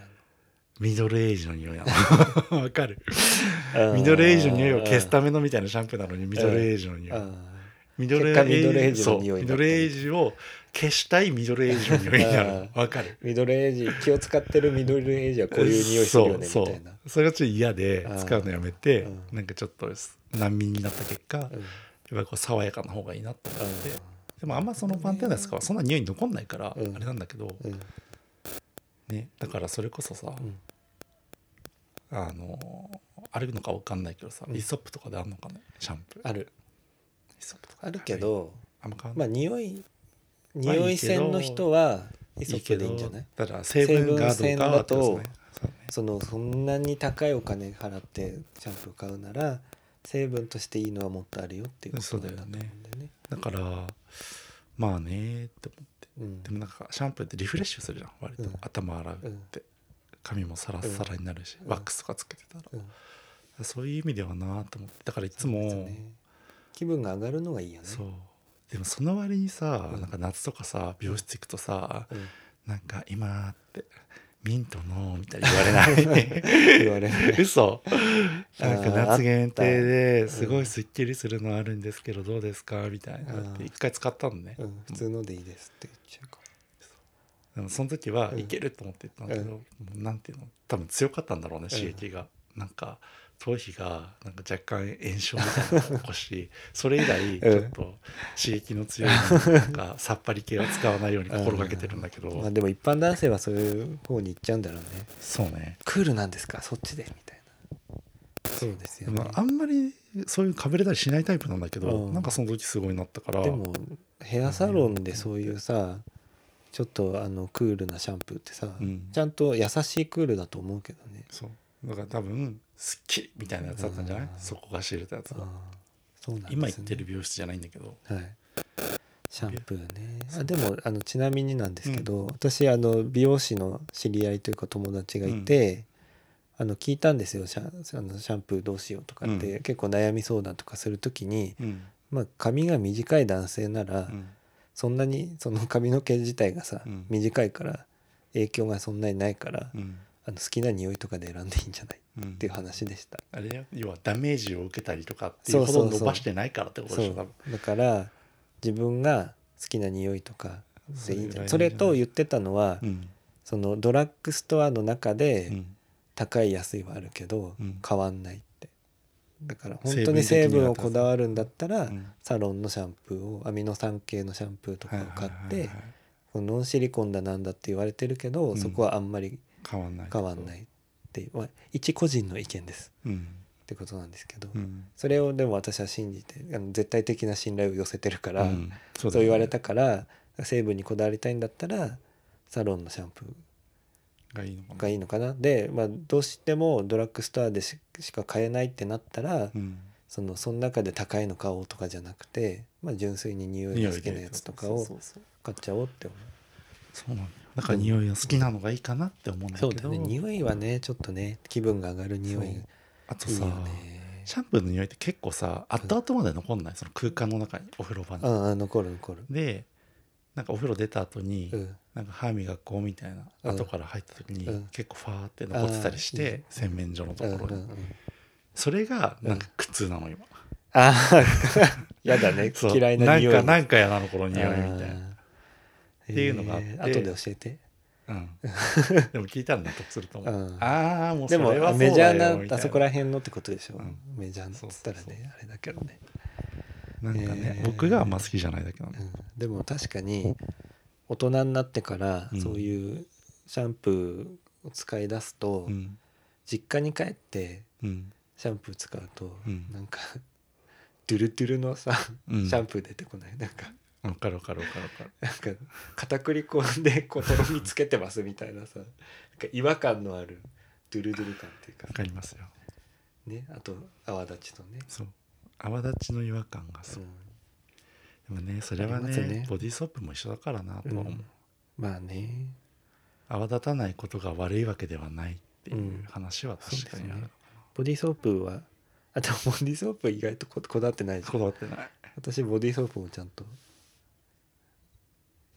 Speaker 2: ミドルエイジの匂いな のわかる
Speaker 1: なの
Speaker 2: ミドルエイジの匂いを消すためのみたいなシャンプーなのにミドルエイジの匂い、
Speaker 1: あー
Speaker 2: ミドル
Speaker 1: 結果ミドルエイジの
Speaker 2: そう
Speaker 1: 匂い
Speaker 2: ミ
Speaker 1: にな
Speaker 2: ド
Speaker 1: ってる
Speaker 2: ルエイジを消したいミドルエイジの匂いになるのわかる
Speaker 1: ミドルエイジ気を使ってるミドルエイジ はこういう匂いするよねみた
Speaker 2: そ
Speaker 1: い
Speaker 2: う
Speaker 1: な
Speaker 2: そうそれがちょっと嫌で
Speaker 1: あー
Speaker 2: 使うのやめて、
Speaker 1: うん
Speaker 2: なんかちょっと難民になった結果、
Speaker 1: うん
Speaker 2: やっぱりこう爽やかな方がいいなと思って、
Speaker 1: う
Speaker 2: でもあんまそのパンテーナスかはそんな匂い残んないからあ
Speaker 1: うん
Speaker 2: れなんだけど、
Speaker 1: んうん
Speaker 2: ね、だからそれこそさ、
Speaker 1: ん
Speaker 2: あの歩くのか分かんないけどさ、
Speaker 1: うん
Speaker 2: イソップとかであんのかねシャンプーイ
Speaker 1: ある
Speaker 2: ソップとか
Speaker 1: あるけど
Speaker 2: あんま変わん
Speaker 1: ま
Speaker 2: な
Speaker 1: あ
Speaker 2: い、
Speaker 1: 匂い
Speaker 2: まあいいけど
Speaker 1: 匂い線の人はイソップでいいんじゃない
Speaker 2: けどただ成分がどうかは
Speaker 1: 成分線だと
Speaker 2: そうね
Speaker 1: そのそんなに高いお金払ってシャンプー買うなら成分としていいのはもっとあるよっていうことなんだと思うんだよね。
Speaker 2: だからまあねって思って
Speaker 1: うん
Speaker 2: でもなんかシャンプーってリフレッシュするじゃん割と、
Speaker 1: うん
Speaker 2: 頭洗うって、髪もサラッサラになるし、
Speaker 1: うん
Speaker 2: ワックスとかつけてたら、
Speaker 1: うん
Speaker 2: そういう意味ではなと思ってだからいつも
Speaker 1: そうね気分が上がるのがいいよね。
Speaker 2: そうでもその割にさ、
Speaker 1: うん
Speaker 2: なんか夏とかさ美容室行くとさ、
Speaker 1: うん
Speaker 2: なんか今ってミントのみたいに言われない
Speaker 1: 言われる
Speaker 2: 嘘
Speaker 1: あ
Speaker 2: な
Speaker 1: ー
Speaker 2: んか夏限定
Speaker 1: あ
Speaker 2: で
Speaker 1: った
Speaker 2: すごいすっきりするのあるんですけどどうですかみたいな
Speaker 1: うん
Speaker 2: って一回使ったのね、
Speaker 1: うん普通のでいいですって言っちゃうか
Speaker 2: でもその時は
Speaker 1: うん
Speaker 2: いけると思って言ったんだけど、
Speaker 1: うん
Speaker 2: もうなんていうの多分強かったんだろうね
Speaker 1: うん
Speaker 2: 刺激が、なんか頭皮がなんか若干炎症みたいなのを起こし それ以来ちょっと刺激の強いなんかさっぱり系は使わないように心がけてるんだけど、
Speaker 1: ら。まあでも一般男性はそういう方に行っちゃうんだろうね。
Speaker 2: そうね
Speaker 1: クールなんですかそっちでみたいな。そうですよね
Speaker 2: まあ、。あんまりそういうかぶれたりしないタイプなんだけど、
Speaker 1: うん
Speaker 2: なんかその時すごいなったから
Speaker 1: でもヘアサロンでそういうさちょっとあのクールなシャンプーってさ、
Speaker 2: うん
Speaker 1: ちゃんと優しいクールだと思うけどね
Speaker 2: そうだから多分すっきりみたいなやつだったんじゃない、
Speaker 1: うん
Speaker 2: そこが知れたやつが、
Speaker 1: ああそうなんですね
Speaker 2: 今言ってる美容室じゃないんだけど
Speaker 1: はいシャンプーね
Speaker 2: そう
Speaker 1: あでもあのちなみになんですけど、私あの美容師の知り合いというか友達がいて、あの聞いたんですよシャンあのシャンプーどうしようとかって、結構悩み相談とかするときに
Speaker 2: うん
Speaker 1: まあ髪が短い男性なら
Speaker 2: うん
Speaker 1: そんなにその髪の毛自体がさ
Speaker 2: うん
Speaker 1: 短いから影響がそんなにないから
Speaker 2: うん
Speaker 1: あの好きな匂いとかで選んでいいんじゃない
Speaker 2: うん
Speaker 1: っていう話でした。
Speaker 2: あれよ要はダメージを受けたりとかっていうほ
Speaker 1: そう
Speaker 2: ど
Speaker 1: そうそう
Speaker 2: 伸ばしてないからってこと
Speaker 1: そ
Speaker 2: でしょ多
Speaker 1: う
Speaker 2: 分
Speaker 1: だから自分が好きな匂いとかでいいんじゃないそ
Speaker 2: それ
Speaker 1: れ
Speaker 2: ぐらい
Speaker 1: と
Speaker 2: なんじゃない
Speaker 1: 言ってたのは、
Speaker 2: うん
Speaker 1: そのドラッグストアの中
Speaker 2: う
Speaker 1: で
Speaker 2: ん
Speaker 1: 高い安いはあるけど、
Speaker 2: うん
Speaker 1: 変わんないってだから本当に成分をこだわるんだったら、
Speaker 2: うん
Speaker 1: サロンのシャンプーをアミノ酸系のシャンプーとかを買っ
Speaker 2: はいはい
Speaker 1: て
Speaker 2: はいはい
Speaker 1: このノンシリコンだなんだって言われてるけど、
Speaker 2: うん
Speaker 1: そこはあんまり
Speaker 2: 変わんない
Speaker 1: 変わんないっていうまあ一個人の意見です
Speaker 2: うん
Speaker 1: ってことなんですけど、
Speaker 2: うん
Speaker 1: それをでも私は信じてあの絶対的な信頼を寄せてるから、
Speaker 2: うんそ
Speaker 1: そうう
Speaker 2: だよね
Speaker 1: 言われたから成分にこだわりたいんだったらサロンのシャンプ
Speaker 2: がいいの
Speaker 1: ー
Speaker 2: か
Speaker 1: が
Speaker 2: ない
Speaker 1: いのかなで、まあ、どうしてもドラッグストアでししか買えないってなったら、
Speaker 2: うん
Speaker 1: そのその中で高いの買おうとかじゃなくて、まあ、純粋に匂い
Speaker 2: 匂
Speaker 1: が
Speaker 2: い
Speaker 1: 好きなやつとかを
Speaker 2: そうそうそう
Speaker 1: 買っちゃおうって思う
Speaker 2: そうなんだよだから匂いが好きなのがいいかなって思うんだけ
Speaker 1: そ
Speaker 2: ど
Speaker 1: うだね匂いはねちょっとね気分が上がる匂い
Speaker 2: そうあと
Speaker 1: いい
Speaker 2: さ
Speaker 1: よね
Speaker 2: シャンプーの匂いって結構さ後々まで残んないその空間の中にお風呂場
Speaker 1: う
Speaker 2: に
Speaker 1: んうん残る残る
Speaker 2: でなんかお風呂出た後に
Speaker 1: うん
Speaker 2: なんか歯磨こうみたいな
Speaker 1: うん
Speaker 2: 後から入った時
Speaker 1: う
Speaker 2: に
Speaker 1: ん
Speaker 2: 結構ファーって残ってたりし
Speaker 1: あーいい
Speaker 2: て
Speaker 1: ね
Speaker 2: 洗面所のと
Speaker 1: うんうん
Speaker 2: こ
Speaker 1: う
Speaker 2: ろに
Speaker 1: ん
Speaker 2: それがなんか苦痛なの今
Speaker 1: ああ やだね
Speaker 2: そう
Speaker 1: 嫌いな匂い
Speaker 2: んかなんか嫌なのこの匂いみたいな
Speaker 1: って
Speaker 2: いうのがあって
Speaker 1: 後で教えて
Speaker 2: うんでも聞いたら納得すると思
Speaker 1: う
Speaker 2: うんああもう
Speaker 1: で
Speaker 2: それは
Speaker 1: も
Speaker 2: そうだよ
Speaker 1: メジャ
Speaker 2: みたい
Speaker 1: ーな
Speaker 2: な
Speaker 1: あそこら辺のってことでしょ、
Speaker 2: うん
Speaker 1: メジャーなっ
Speaker 2: そう
Speaker 1: つっ
Speaker 2: そ
Speaker 1: た
Speaker 2: う
Speaker 1: ら
Speaker 2: そう
Speaker 1: ねあれだけどね、
Speaker 2: なんかね
Speaker 1: えー
Speaker 2: 僕があんま好きじゃないだけなの
Speaker 1: うん、でも確かに大人になってから
Speaker 2: うん
Speaker 1: そういうシャンプーを使い出すと、
Speaker 2: うん
Speaker 1: 実家に帰って
Speaker 2: うん
Speaker 1: シャンプー使うと、
Speaker 2: うん
Speaker 1: なんかドゥルドゥルのさ、
Speaker 2: うん
Speaker 1: シャンプー出てこないなんか
Speaker 2: わかるわかるわかるわか
Speaker 1: なん
Speaker 2: る
Speaker 1: か片栗粉でこうとろみつけてますみたいなさなんか違和感のあるドゥルドゥル感っていうか
Speaker 2: わかりますよ
Speaker 1: ねあと泡立ちとね
Speaker 2: そう泡立ちの違和感がそううんでもねそれは
Speaker 1: あり
Speaker 2: ね
Speaker 1: ますね
Speaker 2: ボディーソープも一緒だからなとは思う、
Speaker 1: うんまあね
Speaker 2: 泡立たないことが悪いわけではないっていう話は
Speaker 1: そう
Speaker 2: 確
Speaker 1: で
Speaker 2: か
Speaker 1: す
Speaker 2: にある、
Speaker 1: ねボディーソープはあでもボディーソープは意外とここだわってないじゃ
Speaker 2: こ
Speaker 1: ん
Speaker 2: だわってない
Speaker 1: 私ボディーソープもちゃんと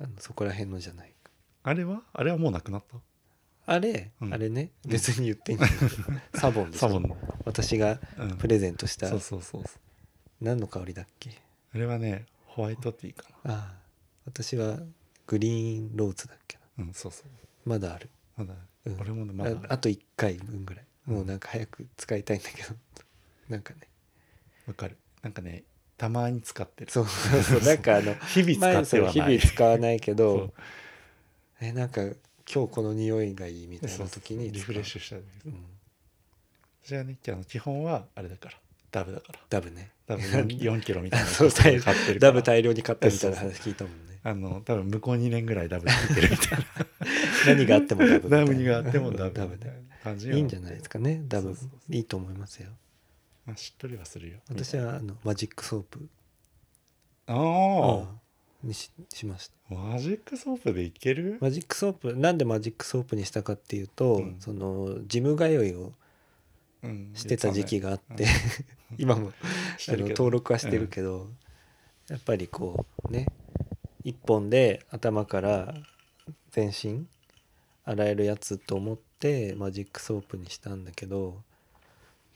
Speaker 1: あのそこら辺のじゃない
Speaker 2: あれはあれはもうなくなった
Speaker 1: あれ、
Speaker 2: うん
Speaker 1: あれね別に言っていいんだけどサボンです
Speaker 2: サボンの、
Speaker 1: 私が
Speaker 2: うん、
Speaker 1: プレゼントした
Speaker 2: そうそうそうそう
Speaker 1: 何の香りだっけ
Speaker 2: あれはねホワイトティーか
Speaker 1: ああ私はグリーンローズだっけな
Speaker 2: なうんそうそう
Speaker 1: まだある、
Speaker 2: まだ、
Speaker 1: うん
Speaker 2: 俺もねまだ
Speaker 1: ああと1回分ぐらいもうなんか早く使いたいんだけどなんかね
Speaker 2: わかるなんかねたまに使ってる
Speaker 1: そうそうそうなんかあの
Speaker 2: 日 々使っては
Speaker 1: 前
Speaker 2: な
Speaker 1: そう
Speaker 2: い
Speaker 1: 日々使わないけ
Speaker 2: そ
Speaker 1: ど
Speaker 2: う
Speaker 1: えなんか今日この匂いがいいみたい
Speaker 2: そ
Speaker 1: な
Speaker 2: う
Speaker 1: 時に使う
Speaker 2: リフレッシュしたいです
Speaker 1: うん
Speaker 2: 私はねあの基本はあれだからダブだから
Speaker 1: ダブね
Speaker 2: 多分4キロみたい な
Speaker 1: そう大
Speaker 2: 買ってるか
Speaker 1: ダ
Speaker 2: ら
Speaker 1: ブ大量に買ったみたいな話聞いたもんね
Speaker 2: あの多分向こう2年ぐらいダブついてるみたいな
Speaker 1: 何があってもダブ みたいな
Speaker 2: ダブにがあってもダブ
Speaker 1: ダ
Speaker 2: み
Speaker 1: ブ
Speaker 2: たい
Speaker 1: ね
Speaker 2: な感じよ
Speaker 1: いいんじゃないですかねダ
Speaker 2: そ
Speaker 1: ブ
Speaker 2: うそうそ
Speaker 1: いいと思いますよ
Speaker 2: まあしっとりはするよ
Speaker 1: 私はあのマジックソープ
Speaker 2: ああ
Speaker 1: にししました
Speaker 2: マジックソープでいける
Speaker 1: マジックソープなんでマジックソープにしたかっていうと、
Speaker 2: うん
Speaker 1: そのジム通いを
Speaker 2: うん
Speaker 1: してた時期があって、
Speaker 2: うん
Speaker 1: 今も
Speaker 2: して
Speaker 1: あ
Speaker 2: る
Speaker 1: の
Speaker 2: けど
Speaker 1: 登録はしてるけど、やっぱりこうね一本で頭から全身洗えるやつと思ってマジックソープにしたんだけど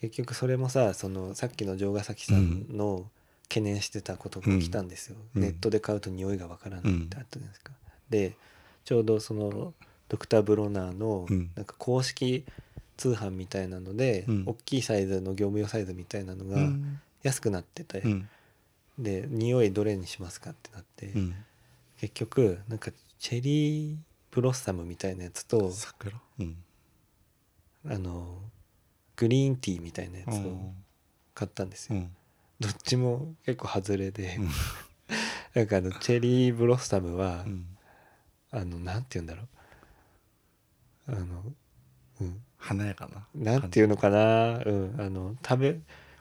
Speaker 1: 結局それもさそのさっきの城ヶ崎さんの懸念してたことが来たんですよ、
Speaker 2: うん
Speaker 1: ネットで買うと匂いがわからないってあったじゃないですか。でちょうどそのドクター・ブロナーの
Speaker 2: うん
Speaker 1: なんか公式通販みたいなので、
Speaker 2: うん
Speaker 1: 大きいサイズの業務用サイズみたいなの
Speaker 2: う
Speaker 1: が
Speaker 2: ん
Speaker 1: 安くなってて、
Speaker 2: うん
Speaker 1: で匂いどれにしますかってなって、
Speaker 2: うん
Speaker 1: 結局なんかチェリーブロッサムみたいなやつと
Speaker 2: 桜うん
Speaker 1: あのグリーンティーみたいなやつを買ったんです
Speaker 2: う
Speaker 1: よ、
Speaker 2: ん
Speaker 1: どっちも結構外れで、
Speaker 2: うん
Speaker 1: なんかあのチェリーブロッサムは、
Speaker 2: うん
Speaker 1: あのなんて言うんだろうあのうん
Speaker 2: 華やかな
Speaker 1: なんていうのかな、うん、あの食べ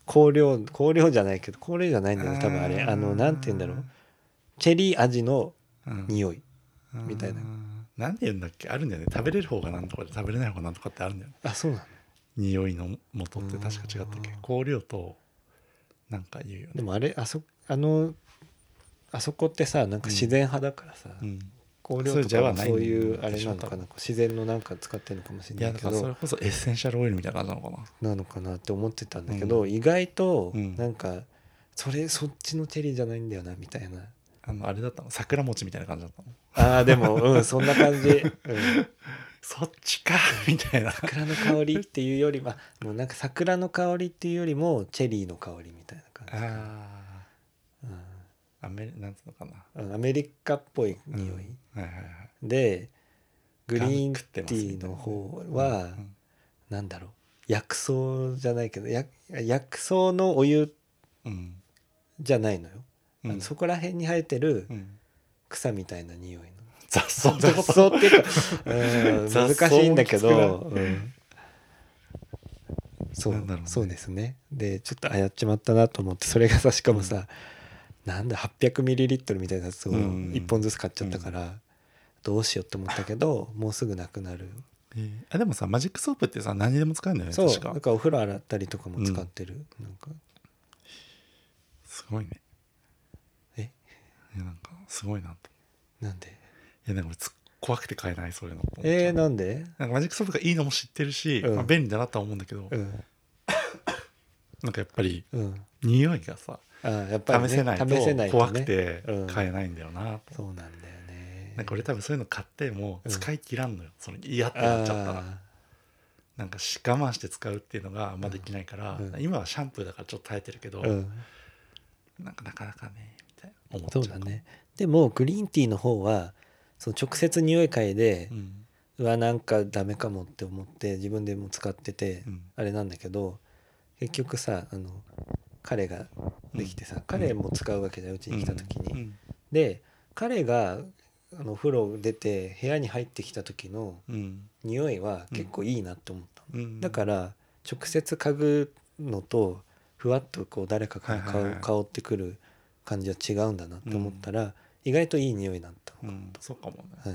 Speaker 1: 香料香料じゃないけど香料じゃないんだよね多分あれ
Speaker 2: ー
Speaker 1: あのなんて言うんだろうチェリー味の
Speaker 2: うん
Speaker 1: 匂いみたいな
Speaker 2: うんなんて言うんだっけあるんだよね食べれる方がなんとかで食べれない方がなんとかってあるんだよね
Speaker 1: あそうなの
Speaker 2: 匂いの元って確か違ったっけ
Speaker 1: うん
Speaker 2: 香料となんか言うよね
Speaker 1: でもあれあそあのあそこってさなんか自然派だからさ、
Speaker 2: うん
Speaker 1: 香料
Speaker 2: そう
Speaker 1: と
Speaker 2: じゃ
Speaker 1: か
Speaker 2: は
Speaker 1: も
Speaker 2: ない
Speaker 1: そういうあれなの
Speaker 2: でしょ多
Speaker 1: かな
Speaker 2: 分
Speaker 1: こう自然のなんか使ってるのかもし
Speaker 2: い
Speaker 1: れな
Speaker 2: や
Speaker 1: い
Speaker 2: だ
Speaker 1: け
Speaker 2: からそれ
Speaker 1: ど
Speaker 2: こそエッセンシャルオイルみたいな感じなのかな
Speaker 1: なのかなって思ってたんだけど、意外と
Speaker 2: うん
Speaker 1: なんか、それそっちのチェリーじゃないんだよなみたいな
Speaker 2: あのあれだったの桜餅みたいな感じだったの
Speaker 1: あ ーでもうんそんな 感じ、うん、
Speaker 2: そっちか みたいな
Speaker 1: 桜の香りっていうよりはもうなんか桜の香りっていうよりもチェリーの香りみたいな感じ
Speaker 2: あーアメリなんつうのかな
Speaker 1: うんうん、アメリカっぽい
Speaker 2: うん
Speaker 1: 匂い、
Speaker 2: はいはいはい
Speaker 1: でグリーン
Speaker 2: ガム食っ
Speaker 1: テ
Speaker 2: てますみ
Speaker 1: ィー
Speaker 2: たい
Speaker 1: の
Speaker 2: な
Speaker 1: 方
Speaker 2: う
Speaker 1: は
Speaker 2: ん
Speaker 1: なんだろう薬草じゃないけど薬薬草のお湯
Speaker 2: うん
Speaker 1: じゃないのよ、
Speaker 2: うん
Speaker 1: あのそこら辺に生えてる
Speaker 2: うん
Speaker 1: 草みたいな匂いの
Speaker 2: 雑草って
Speaker 1: 雑
Speaker 2: こと
Speaker 1: 草っていうか、うん、
Speaker 2: 雑
Speaker 1: 難
Speaker 2: 草
Speaker 1: しいんだけど
Speaker 2: も、
Speaker 1: うんそう
Speaker 2: なんだろうね
Speaker 1: そうですねでちょっとあやっちまったなと思ってそれがさしかもさ、なんだ 800ml みたいなやつを
Speaker 2: うん
Speaker 1: 1本ずつ買っちゃったから、どうしようって思ったけどもうすぐなくなる
Speaker 2: えーあでもさマジックソープってさ何にでも使えるんだよね
Speaker 1: そう
Speaker 2: 確
Speaker 1: な
Speaker 2: か
Speaker 1: んかお風呂洗ったりとかも使ってる、なんか
Speaker 2: すごいね
Speaker 1: え
Speaker 2: いやなんかすごいなと
Speaker 1: なんで
Speaker 2: いやなんか俺つ怖くて買えないそういうのと思っちゃう
Speaker 1: えー、なんで
Speaker 2: なんかマジックソープがいいのも知ってるし、
Speaker 1: うん
Speaker 2: まあ、便利だなとは思うんだけど、
Speaker 1: うん
Speaker 2: なんかやっぱり
Speaker 1: うん
Speaker 2: 匂いがさ
Speaker 1: あーやっぱり、ね、
Speaker 2: 試せないと
Speaker 1: 試せないとね
Speaker 2: 怖くて
Speaker 1: うん
Speaker 2: 買えないんだよなと、
Speaker 1: そうなんだよね
Speaker 2: なんか俺多分そういうの買っても
Speaker 1: うん
Speaker 2: 使い切らんのよ、その嫌ってなっちゃったら
Speaker 1: あ
Speaker 2: なんかし我慢して使うっていうのがあんまできないから、
Speaker 1: うん
Speaker 2: 今はシャンプーだからちょっと耐えてるけど、
Speaker 1: ーうん
Speaker 2: なんかなかなかねみたいな思っちゃ
Speaker 1: そううだねでもグリーンティーの方はその直接匂い嗅いで
Speaker 2: う、ん
Speaker 1: うわなんかダメかもって思って自分でも使ってて、
Speaker 2: うん
Speaker 1: あれなんだけど結局さあの彼ができてさ、彼も使うわけじゃんうちに来た時に。
Speaker 2: うん
Speaker 1: で彼があのお風呂出て部屋に入ってきた時の
Speaker 2: うん
Speaker 1: 匂いは結構いいなって思ったの、
Speaker 2: うん
Speaker 1: だから直接嗅ぐのとふわっとこう誰かから香,、
Speaker 2: はいはいはい
Speaker 1: 香ってくる感じは違うんだなって思ったら、意外といい匂いだった
Speaker 2: う
Speaker 1: の、
Speaker 2: ん、そうかもね
Speaker 1: は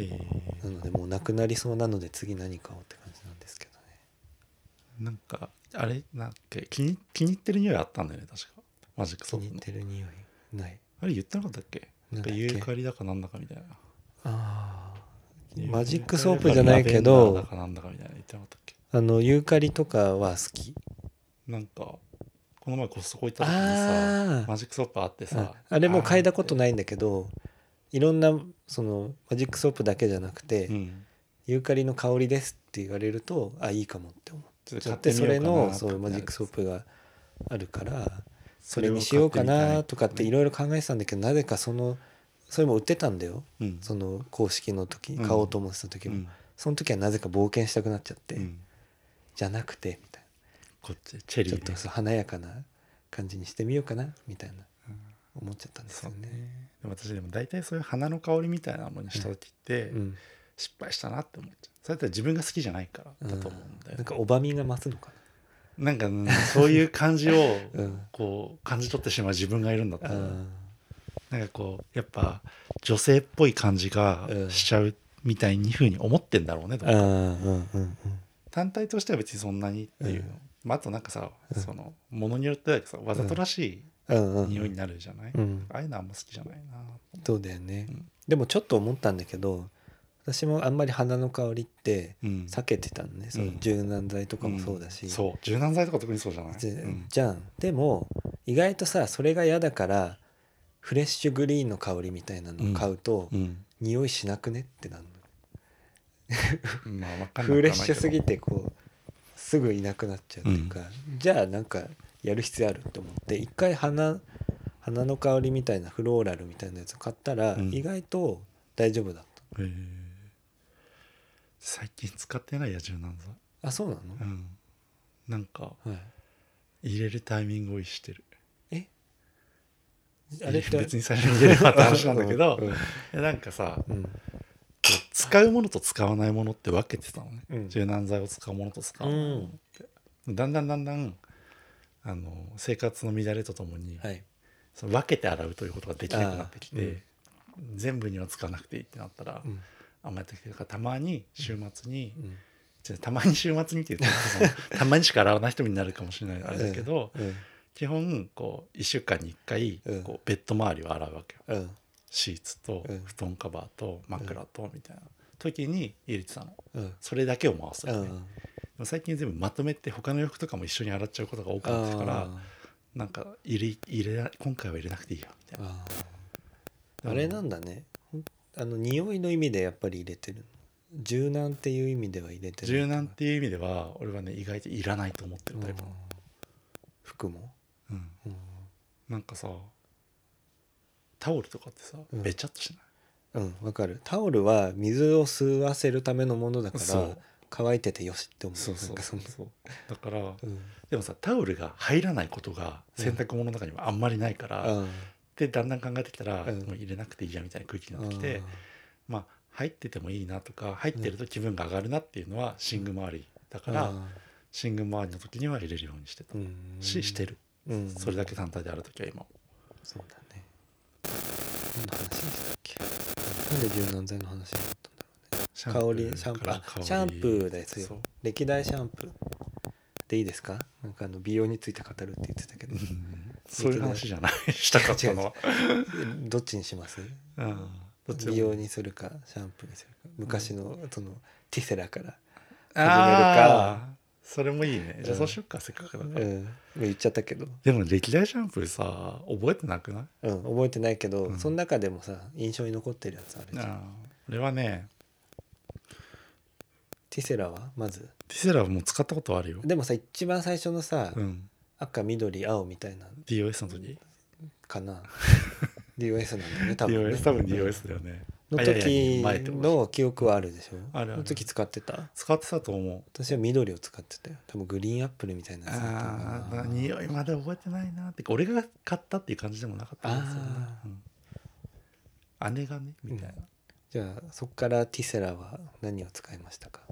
Speaker 1: い、
Speaker 2: へえ
Speaker 1: なのでもうなくなりそうなので次何買おうって感じなんですけどね
Speaker 2: なんかあれなんか気に気に入ってる匂いあったんだよね確かマジック
Speaker 1: 気
Speaker 2: ソー
Speaker 1: に
Speaker 2: プ
Speaker 1: 入
Speaker 2: の
Speaker 1: ってる匂いない
Speaker 2: あれ言ってなかったっけ
Speaker 1: な
Speaker 2: なんん
Speaker 1: だ
Speaker 2: か
Speaker 1: っけ
Speaker 2: ユーカリだかなんだかみたいな
Speaker 1: あ
Speaker 2: ユーカリ
Speaker 1: マジックソープじゃないけど
Speaker 2: ラベンダーだかなんだかみたいな言ってなかったっけ
Speaker 1: あのユーカリとかは好き
Speaker 2: なんかこの前コストコ行った時にさ
Speaker 1: あ
Speaker 2: マジックソープあって
Speaker 1: あ
Speaker 2: さ
Speaker 1: あれも嗅いだこと
Speaker 2: い、
Speaker 1: ないんだけどいろんなそのマジックソープだけじゃなくて、
Speaker 2: うん、
Speaker 1: ユーカリの香りですって言われるとあいいかもって思う
Speaker 2: ちょっ
Speaker 1: ち
Speaker 2: と
Speaker 1: ょっ
Speaker 2: 買
Speaker 1: と
Speaker 2: て
Speaker 1: そ
Speaker 2: みよ
Speaker 1: れ
Speaker 2: うかな
Speaker 1: の
Speaker 2: と
Speaker 1: そ
Speaker 2: か
Speaker 1: うマジックソープがあるからそれ
Speaker 2: を
Speaker 1: にしようかな
Speaker 2: 買って
Speaker 1: とかっていろいろ考えてたんだけどなぜかそのそれも売ってたんだよ
Speaker 2: みたい
Speaker 1: その公式の時
Speaker 2: うん
Speaker 1: 買おうと思ってた時
Speaker 2: うんう
Speaker 1: も
Speaker 2: ん
Speaker 1: その時はなぜか冒険したくなっちゃっ
Speaker 2: う
Speaker 1: て
Speaker 2: ん
Speaker 1: じゃなくてみたい
Speaker 2: こっちチェ
Speaker 1: なち
Speaker 2: リ
Speaker 1: ょ
Speaker 2: ー
Speaker 1: っ
Speaker 2: ね
Speaker 1: とそう華やかな感じにしてみようかなみたいな
Speaker 2: うん
Speaker 1: 思っちゃったんです
Speaker 2: そう
Speaker 1: よね。
Speaker 2: ねでも私でも大体そういう花の香りみたいなのにした時って、
Speaker 1: うん
Speaker 2: 失敗したなって思っちゃうそれだったら自分が好きじゃないからだと思うんだよ
Speaker 1: なんかおばみが増すのか
Speaker 2: なんか、うんそういう感じを
Speaker 1: な。 うん
Speaker 2: こう感じ取ってしまう自分がいるんだった
Speaker 1: あ
Speaker 2: ら、
Speaker 1: ー
Speaker 2: なんかこうやっぱ女性っぽい感じが
Speaker 1: うん
Speaker 2: しちゃうみたいにふうに思ってんだろうね、
Speaker 1: あーうんうんうん
Speaker 2: 単体としては別にそんなにっていう、
Speaker 1: うん
Speaker 2: まあ、あとなんかさ、そのものによってだけどさわざとらし
Speaker 1: うんう
Speaker 2: い
Speaker 1: ん
Speaker 2: 匂いになるじゃない、
Speaker 1: うん
Speaker 2: ああいうのあんま好きじゃないな
Speaker 1: そうだよね、
Speaker 2: うん
Speaker 1: でもちょっと思ったんだけど私もあんまり花の香りって
Speaker 2: うん
Speaker 1: 避けてたのね、その柔軟剤とかもそうだし、
Speaker 2: んそう柔軟剤とか特にそうじゃない
Speaker 1: じゃ
Speaker 2: うん
Speaker 1: じゃんでも意外とさそれが嫌だからフレッシュグリーンの香りみたいなのを買うと、
Speaker 2: うん
Speaker 1: 匂いしなくねってなるの
Speaker 2: まあわかんなくはないけど
Speaker 1: フレッシュすぎてこうすぐいなくなっちゃうっていうか、じゃあなんかやる必要あるって思って一回花花の香りみたいなフローラルみたいなやつを買ったら、
Speaker 2: うん
Speaker 1: 意外と大丈夫だっ
Speaker 2: へえ最近使ってないや柔軟剤
Speaker 1: たあそうなの、
Speaker 2: うんなんか
Speaker 1: はい、
Speaker 2: 入れるタイミングを意してる
Speaker 1: え
Speaker 2: あれ別に最初に入 れればって話なんだけど
Speaker 1: うん
Speaker 2: いやなんかさ
Speaker 1: うん
Speaker 2: 使うものと使わないものって分けてたのね、
Speaker 1: うん
Speaker 2: 柔軟剤を使うものと使わないものって、だんだんだんだんあの生活の乱れとともに、
Speaker 1: はい
Speaker 2: その分けて洗うということができなくなってき
Speaker 1: あ
Speaker 2: て、全部には使わなくていいってなったら、
Speaker 1: うん
Speaker 2: あんまやってきてるからたまに週末に、
Speaker 1: うん
Speaker 2: じゃあたまに週末にって言うとそのたまにしか洗わない人になるかもしれないあれだけど、
Speaker 1: うん
Speaker 2: 基本こう1週間に1回
Speaker 1: うん
Speaker 2: こうベッド周りを洗うわけよ
Speaker 1: うん
Speaker 2: シーツと
Speaker 1: うん
Speaker 2: 布団カバーと枕とみたいな時に入れてたの
Speaker 1: うん
Speaker 2: それだけを回す
Speaker 1: う
Speaker 2: わけね、
Speaker 1: ん
Speaker 2: でも最近全部まとめて他の洋服とかも一緒に洗っちゃうことが多くなってきたから
Speaker 1: あ
Speaker 2: なんか入れ入れな今回は入れなくていいよみたい
Speaker 1: ー
Speaker 2: な
Speaker 1: あーあれなんだねほんあの匂いの意味でやっぱり入れてるの柔軟っていう意味では入れてる
Speaker 2: 柔軟っていう意味では俺はね意外といらないと思ってるタイプなの、
Speaker 1: 服も、
Speaker 2: うん
Speaker 1: うん
Speaker 2: なんかさタオルとかってさ、
Speaker 1: うん
Speaker 2: べちゃっとしない
Speaker 1: うんわかるタオルは水を吸わせるためのものだか
Speaker 2: そう
Speaker 1: ら乾いててよしって思う
Speaker 2: そうそう
Speaker 1: なんかその
Speaker 2: そうだから、
Speaker 1: うん
Speaker 2: でもさタオルが入らないことが洗濯物の中にはあんまりないから、
Speaker 1: うん
Speaker 2: でだんだん考えてきたら、
Speaker 1: うん
Speaker 2: もう入れなくていいやみたいな空気になってきて、まあ入っててもいいなとか入ってると気分が上がるなっていうのは寝具周りだ
Speaker 1: う
Speaker 2: か
Speaker 1: ん
Speaker 2: ら、寝具周りの時には入れるようにしてた、
Speaker 1: うん
Speaker 2: ししてる、
Speaker 1: うん
Speaker 2: それだけ単体である時は今
Speaker 1: そうだね何の話でしたっけなんで柔軟剤の話になったんだ
Speaker 2: シャンプ
Speaker 1: 香
Speaker 2: ー
Speaker 1: りシャンプ
Speaker 2: か
Speaker 1: ー
Speaker 2: ら
Speaker 1: あ
Speaker 2: 香り
Speaker 1: シャンプーです
Speaker 2: そう
Speaker 1: よ歴代シャンプーでいいですかなんかあの美容について語るって言ってたけど
Speaker 2: うんそういう話じゃないしたかった のは、
Speaker 1: どっちにします
Speaker 2: うん、どっちでも
Speaker 1: 美容にするかシャンプーにするか昔のそのティセラから、
Speaker 2: ああそれもいいねじゃ
Speaker 1: う
Speaker 2: あ
Speaker 1: ん
Speaker 2: そうしよっか、せっかくだ
Speaker 1: う
Speaker 2: から、
Speaker 1: ん、もう言っちゃったけど、
Speaker 2: でも歴代シャンプーさ覚えてなくない
Speaker 1: うん、覚えてないけど、
Speaker 2: うん
Speaker 1: その中でもさ印象に残ってるやつあるじゃん
Speaker 2: あー俺はね
Speaker 1: ティセラはまず
Speaker 2: ティセラも使ったことあるよ、
Speaker 1: でもさ一番最初のさ、
Speaker 2: うん、
Speaker 1: 赤緑青みたいな
Speaker 2: DOS の時
Speaker 1: か な DOS なんだよね多分ね
Speaker 2: DOS 多分 DOS だよね
Speaker 1: の
Speaker 2: あいやい
Speaker 1: 時
Speaker 2: や前ってこと
Speaker 1: の記憶はあるでしょ
Speaker 2: あるある
Speaker 1: の時使ってた
Speaker 2: 使ってたと思う
Speaker 1: 私は緑を使ってたよ多分グリーンアップルみたいなやつだったの
Speaker 2: あ
Speaker 1: か
Speaker 2: あ
Speaker 1: な
Speaker 2: 匂いまで覚えてないなってか俺が買ったっていう感じでもなかったんですよね
Speaker 1: あ、
Speaker 2: うん姉がねみたいな、
Speaker 1: うじゃあそこからティセラは何を使いましたか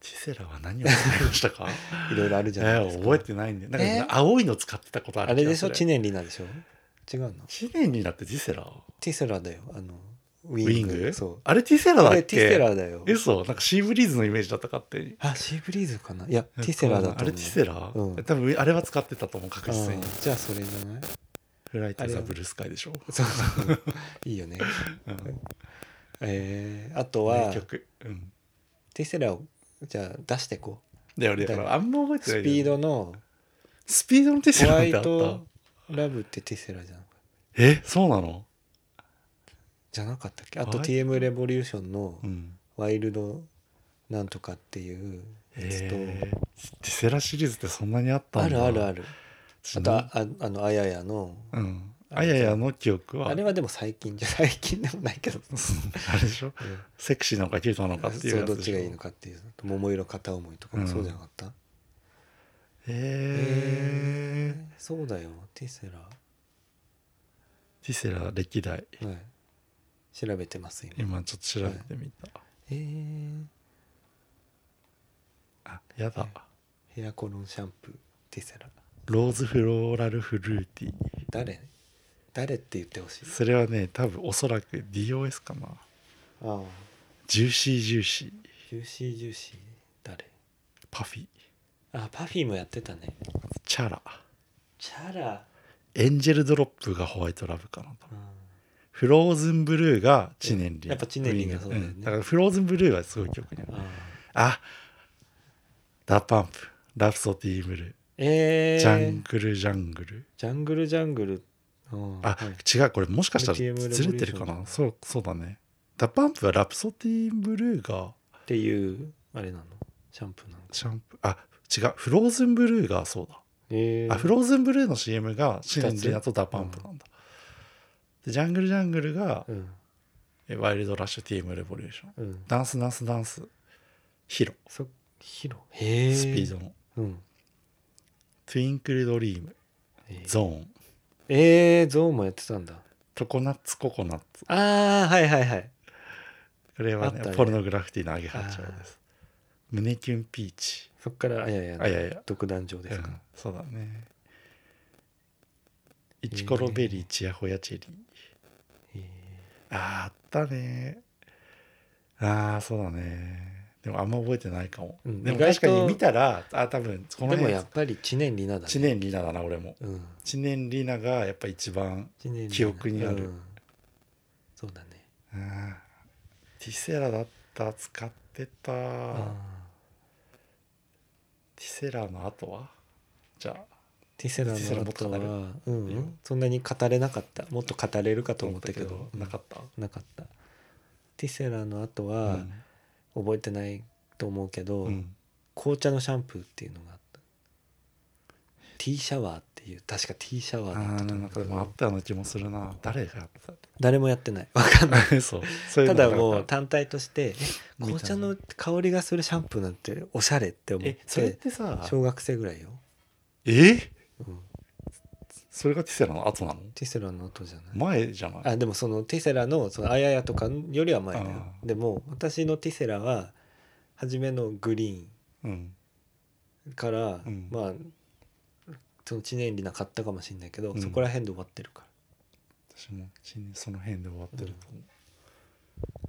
Speaker 2: ティセラは何を使いましたか
Speaker 1: いろいろある
Speaker 2: い
Speaker 1: じゃな
Speaker 2: や
Speaker 1: いですか
Speaker 2: 覚えてないんでなんか、
Speaker 1: えー
Speaker 2: 青いの使ってたことある
Speaker 1: あれでしょ知
Speaker 2: 知念
Speaker 1: 念里奈でしょ違うの
Speaker 2: 知念になってティセラ
Speaker 1: ティセラだよあのウ
Speaker 2: ウ
Speaker 1: ィ
Speaker 2: ィン
Speaker 1: ング
Speaker 2: グ
Speaker 1: そう
Speaker 2: あれティセラ
Speaker 1: あ
Speaker 2: だっけ
Speaker 1: れティセラだよ
Speaker 2: 嘘なんかシーブリーズのイメージだったかって
Speaker 1: あシーブリーズかないやティセラだと思う
Speaker 2: あれティセラ、
Speaker 1: うん
Speaker 2: 多分あれは使ってたと思う確実に
Speaker 1: あーじゃあそれじゃない
Speaker 2: フライト・
Speaker 1: あれ
Speaker 2: ザ・
Speaker 1: は
Speaker 2: ブルースカイでしょ、
Speaker 1: そうそうそういいよね
Speaker 2: うん、
Speaker 1: えー、あとは
Speaker 2: 名曲、うん、
Speaker 1: ティセラをじゃあ出してこう
Speaker 2: で俺だからあんま覚えてない
Speaker 1: ス
Speaker 2: んだよ
Speaker 1: ピ
Speaker 2: ね
Speaker 1: ード の
Speaker 2: スピードのティセ
Speaker 1: ホ
Speaker 2: ラ
Speaker 1: ワ
Speaker 2: なん
Speaker 1: イ
Speaker 2: てあった
Speaker 1: トラブってティセラじゃん
Speaker 2: えそうなの
Speaker 1: じゃなかったっけあ
Speaker 2: ホ
Speaker 1: と
Speaker 2: ワイト
Speaker 1: TM レボリューションの
Speaker 2: うん
Speaker 1: ワイルドなんとかっていうやつと、
Speaker 2: えー、ティセラシリーズってそんなにあった
Speaker 1: あ
Speaker 2: ん
Speaker 1: る
Speaker 2: だ
Speaker 1: あるある
Speaker 2: ち
Speaker 1: あ
Speaker 2: な
Speaker 1: とあああのあややの
Speaker 2: うんあややの記憶は
Speaker 1: あれはでも最近じゃ 最近でもないけど、
Speaker 2: あれでしょ
Speaker 1: うん
Speaker 2: セクシーなのかキュートなのかっていう
Speaker 1: そう
Speaker 2: やつ
Speaker 1: どっ
Speaker 2: で
Speaker 1: ち
Speaker 2: しょ
Speaker 1: がいいのかっていう桃色片思いとか
Speaker 2: う
Speaker 1: も
Speaker 2: ん
Speaker 1: そうじゃなかった、
Speaker 2: えー
Speaker 1: そうだよティセ
Speaker 2: ティセラ歴代
Speaker 1: ラ、はい、調べてます今
Speaker 2: 今ちょっと調べてみた、
Speaker 1: えー
Speaker 2: あやだ
Speaker 1: ヘアコロンシャンプーティセラ
Speaker 2: ローズフローラルフルーティー
Speaker 1: 誰誰って言ってほしい
Speaker 2: それはね多分おそらく DOS かな
Speaker 1: ああ
Speaker 2: ジューシージューシー
Speaker 1: ジューシージューシー誰
Speaker 2: パフィー
Speaker 1: あパフィーもやってたね
Speaker 2: あとチャラ
Speaker 1: チャラ、
Speaker 2: エンジェルドロップがホワイトラブかな多分
Speaker 1: うん、
Speaker 2: フローズンブルーが知念林
Speaker 1: やっぱ知念林がそうだよね
Speaker 2: んだからフローズンブルーはすごい曲にある
Speaker 1: あ
Speaker 2: あダパンプラプソディーブルー、
Speaker 1: えー、
Speaker 2: ジャングルジャングル
Speaker 1: ジャングルジャングルうん
Speaker 2: あ、
Speaker 1: はい
Speaker 2: 違うこれもしかしたら
Speaker 1: TM
Speaker 2: ずれてるか
Speaker 1: レボリューショ
Speaker 2: な
Speaker 1: ン
Speaker 2: そうそうだねダパンプはラプソディーブルーが
Speaker 1: っていうあれなのシャンプーなの
Speaker 2: シャンプーあ違うフローズンブルーがそうだ
Speaker 1: え
Speaker 2: あフローズンブルーの CM が知念林だとダパンプなんだ、でジャングルジャングルが
Speaker 1: うん
Speaker 2: えワイルドラッシュ TM レボリューション
Speaker 1: うん
Speaker 2: ダンスダンスダンスヒロ
Speaker 1: そヒロへえ
Speaker 2: スピードの、
Speaker 1: ドうん
Speaker 2: トゥインクルドリーム
Speaker 1: えー
Speaker 2: ゾーン
Speaker 1: えー、ゾーンもやってたんだ
Speaker 2: トコナッツココナッツ
Speaker 1: ああはいはいはい
Speaker 2: これは
Speaker 1: あ
Speaker 2: ね
Speaker 1: ったね
Speaker 2: ポルノグラフィティのアゲハチョウです胸キュンピーチ
Speaker 1: そっからあやや
Speaker 2: あいやいや、
Speaker 1: 独壇場で
Speaker 2: う
Speaker 1: すか、
Speaker 2: ん、そうだねイチコロベリーチヤホヤチェリー
Speaker 1: へー
Speaker 2: あーあったねああそうだねでもあんま覚えてないかも、
Speaker 1: うん
Speaker 2: でも
Speaker 1: 意外
Speaker 2: 確
Speaker 1: と
Speaker 2: かに見たらあ多分この
Speaker 1: でも
Speaker 2: 辺
Speaker 1: やっぱり知念里奈だね
Speaker 2: 知念里奈だな俺も
Speaker 1: うん
Speaker 2: 知念里奈がやっぱ一番
Speaker 1: 知念里奈
Speaker 2: 記憶にある
Speaker 1: うんそうだね
Speaker 2: うんティセラだった使ってた、
Speaker 1: あ
Speaker 2: ティセラの後はじゃあ
Speaker 1: ティセラ
Speaker 2: ティセラ
Speaker 1: の
Speaker 2: もっと
Speaker 1: 後
Speaker 2: 語る
Speaker 1: は、うん
Speaker 2: いいよ
Speaker 1: そんなに語れなかったもっと語れるかと
Speaker 2: と
Speaker 1: 思
Speaker 2: 思
Speaker 1: っ
Speaker 2: ったた
Speaker 1: け
Speaker 2: け
Speaker 1: ど
Speaker 2: どなかった、
Speaker 1: なかったティセラの後
Speaker 2: う
Speaker 1: は
Speaker 2: ん
Speaker 1: 覚えてないと思うけど、
Speaker 2: うん
Speaker 1: 紅茶のシャンプーっていうのがあった T シャワーっていう確か T シャ
Speaker 2: あ
Speaker 1: ワーだった
Speaker 2: ー
Speaker 1: と
Speaker 2: な
Speaker 1: 思うん
Speaker 2: ん
Speaker 1: だけ
Speaker 2: か
Speaker 1: ど
Speaker 2: でもあったような気もするな誰がやっ
Speaker 1: 誰もやってないわかんない
Speaker 2: たそうそういう
Speaker 1: た
Speaker 2: のが
Speaker 1: だも
Speaker 2: なん
Speaker 1: う
Speaker 2: か
Speaker 1: 単体としてえ
Speaker 2: 見た
Speaker 1: 紅茶の香りがするシャンプーなんておしゃれって思っ
Speaker 2: えそれっててさ
Speaker 1: 小学生ぐらいよ、
Speaker 2: え
Speaker 1: うん、
Speaker 2: それがティセラの後なの
Speaker 1: ティセラの後じゃない
Speaker 2: 前じゃない
Speaker 1: あでもそのティセラのそのあややとかよりは前だよ
Speaker 2: あ
Speaker 1: でも私のティセラは初めのグリ
Speaker 2: うん
Speaker 1: ーンから、
Speaker 2: うん
Speaker 1: まあその知念里奈買ったかもしれないけど、
Speaker 2: うん
Speaker 1: そこら辺で終わってるか
Speaker 2: 私もちんその辺で終わってると思う、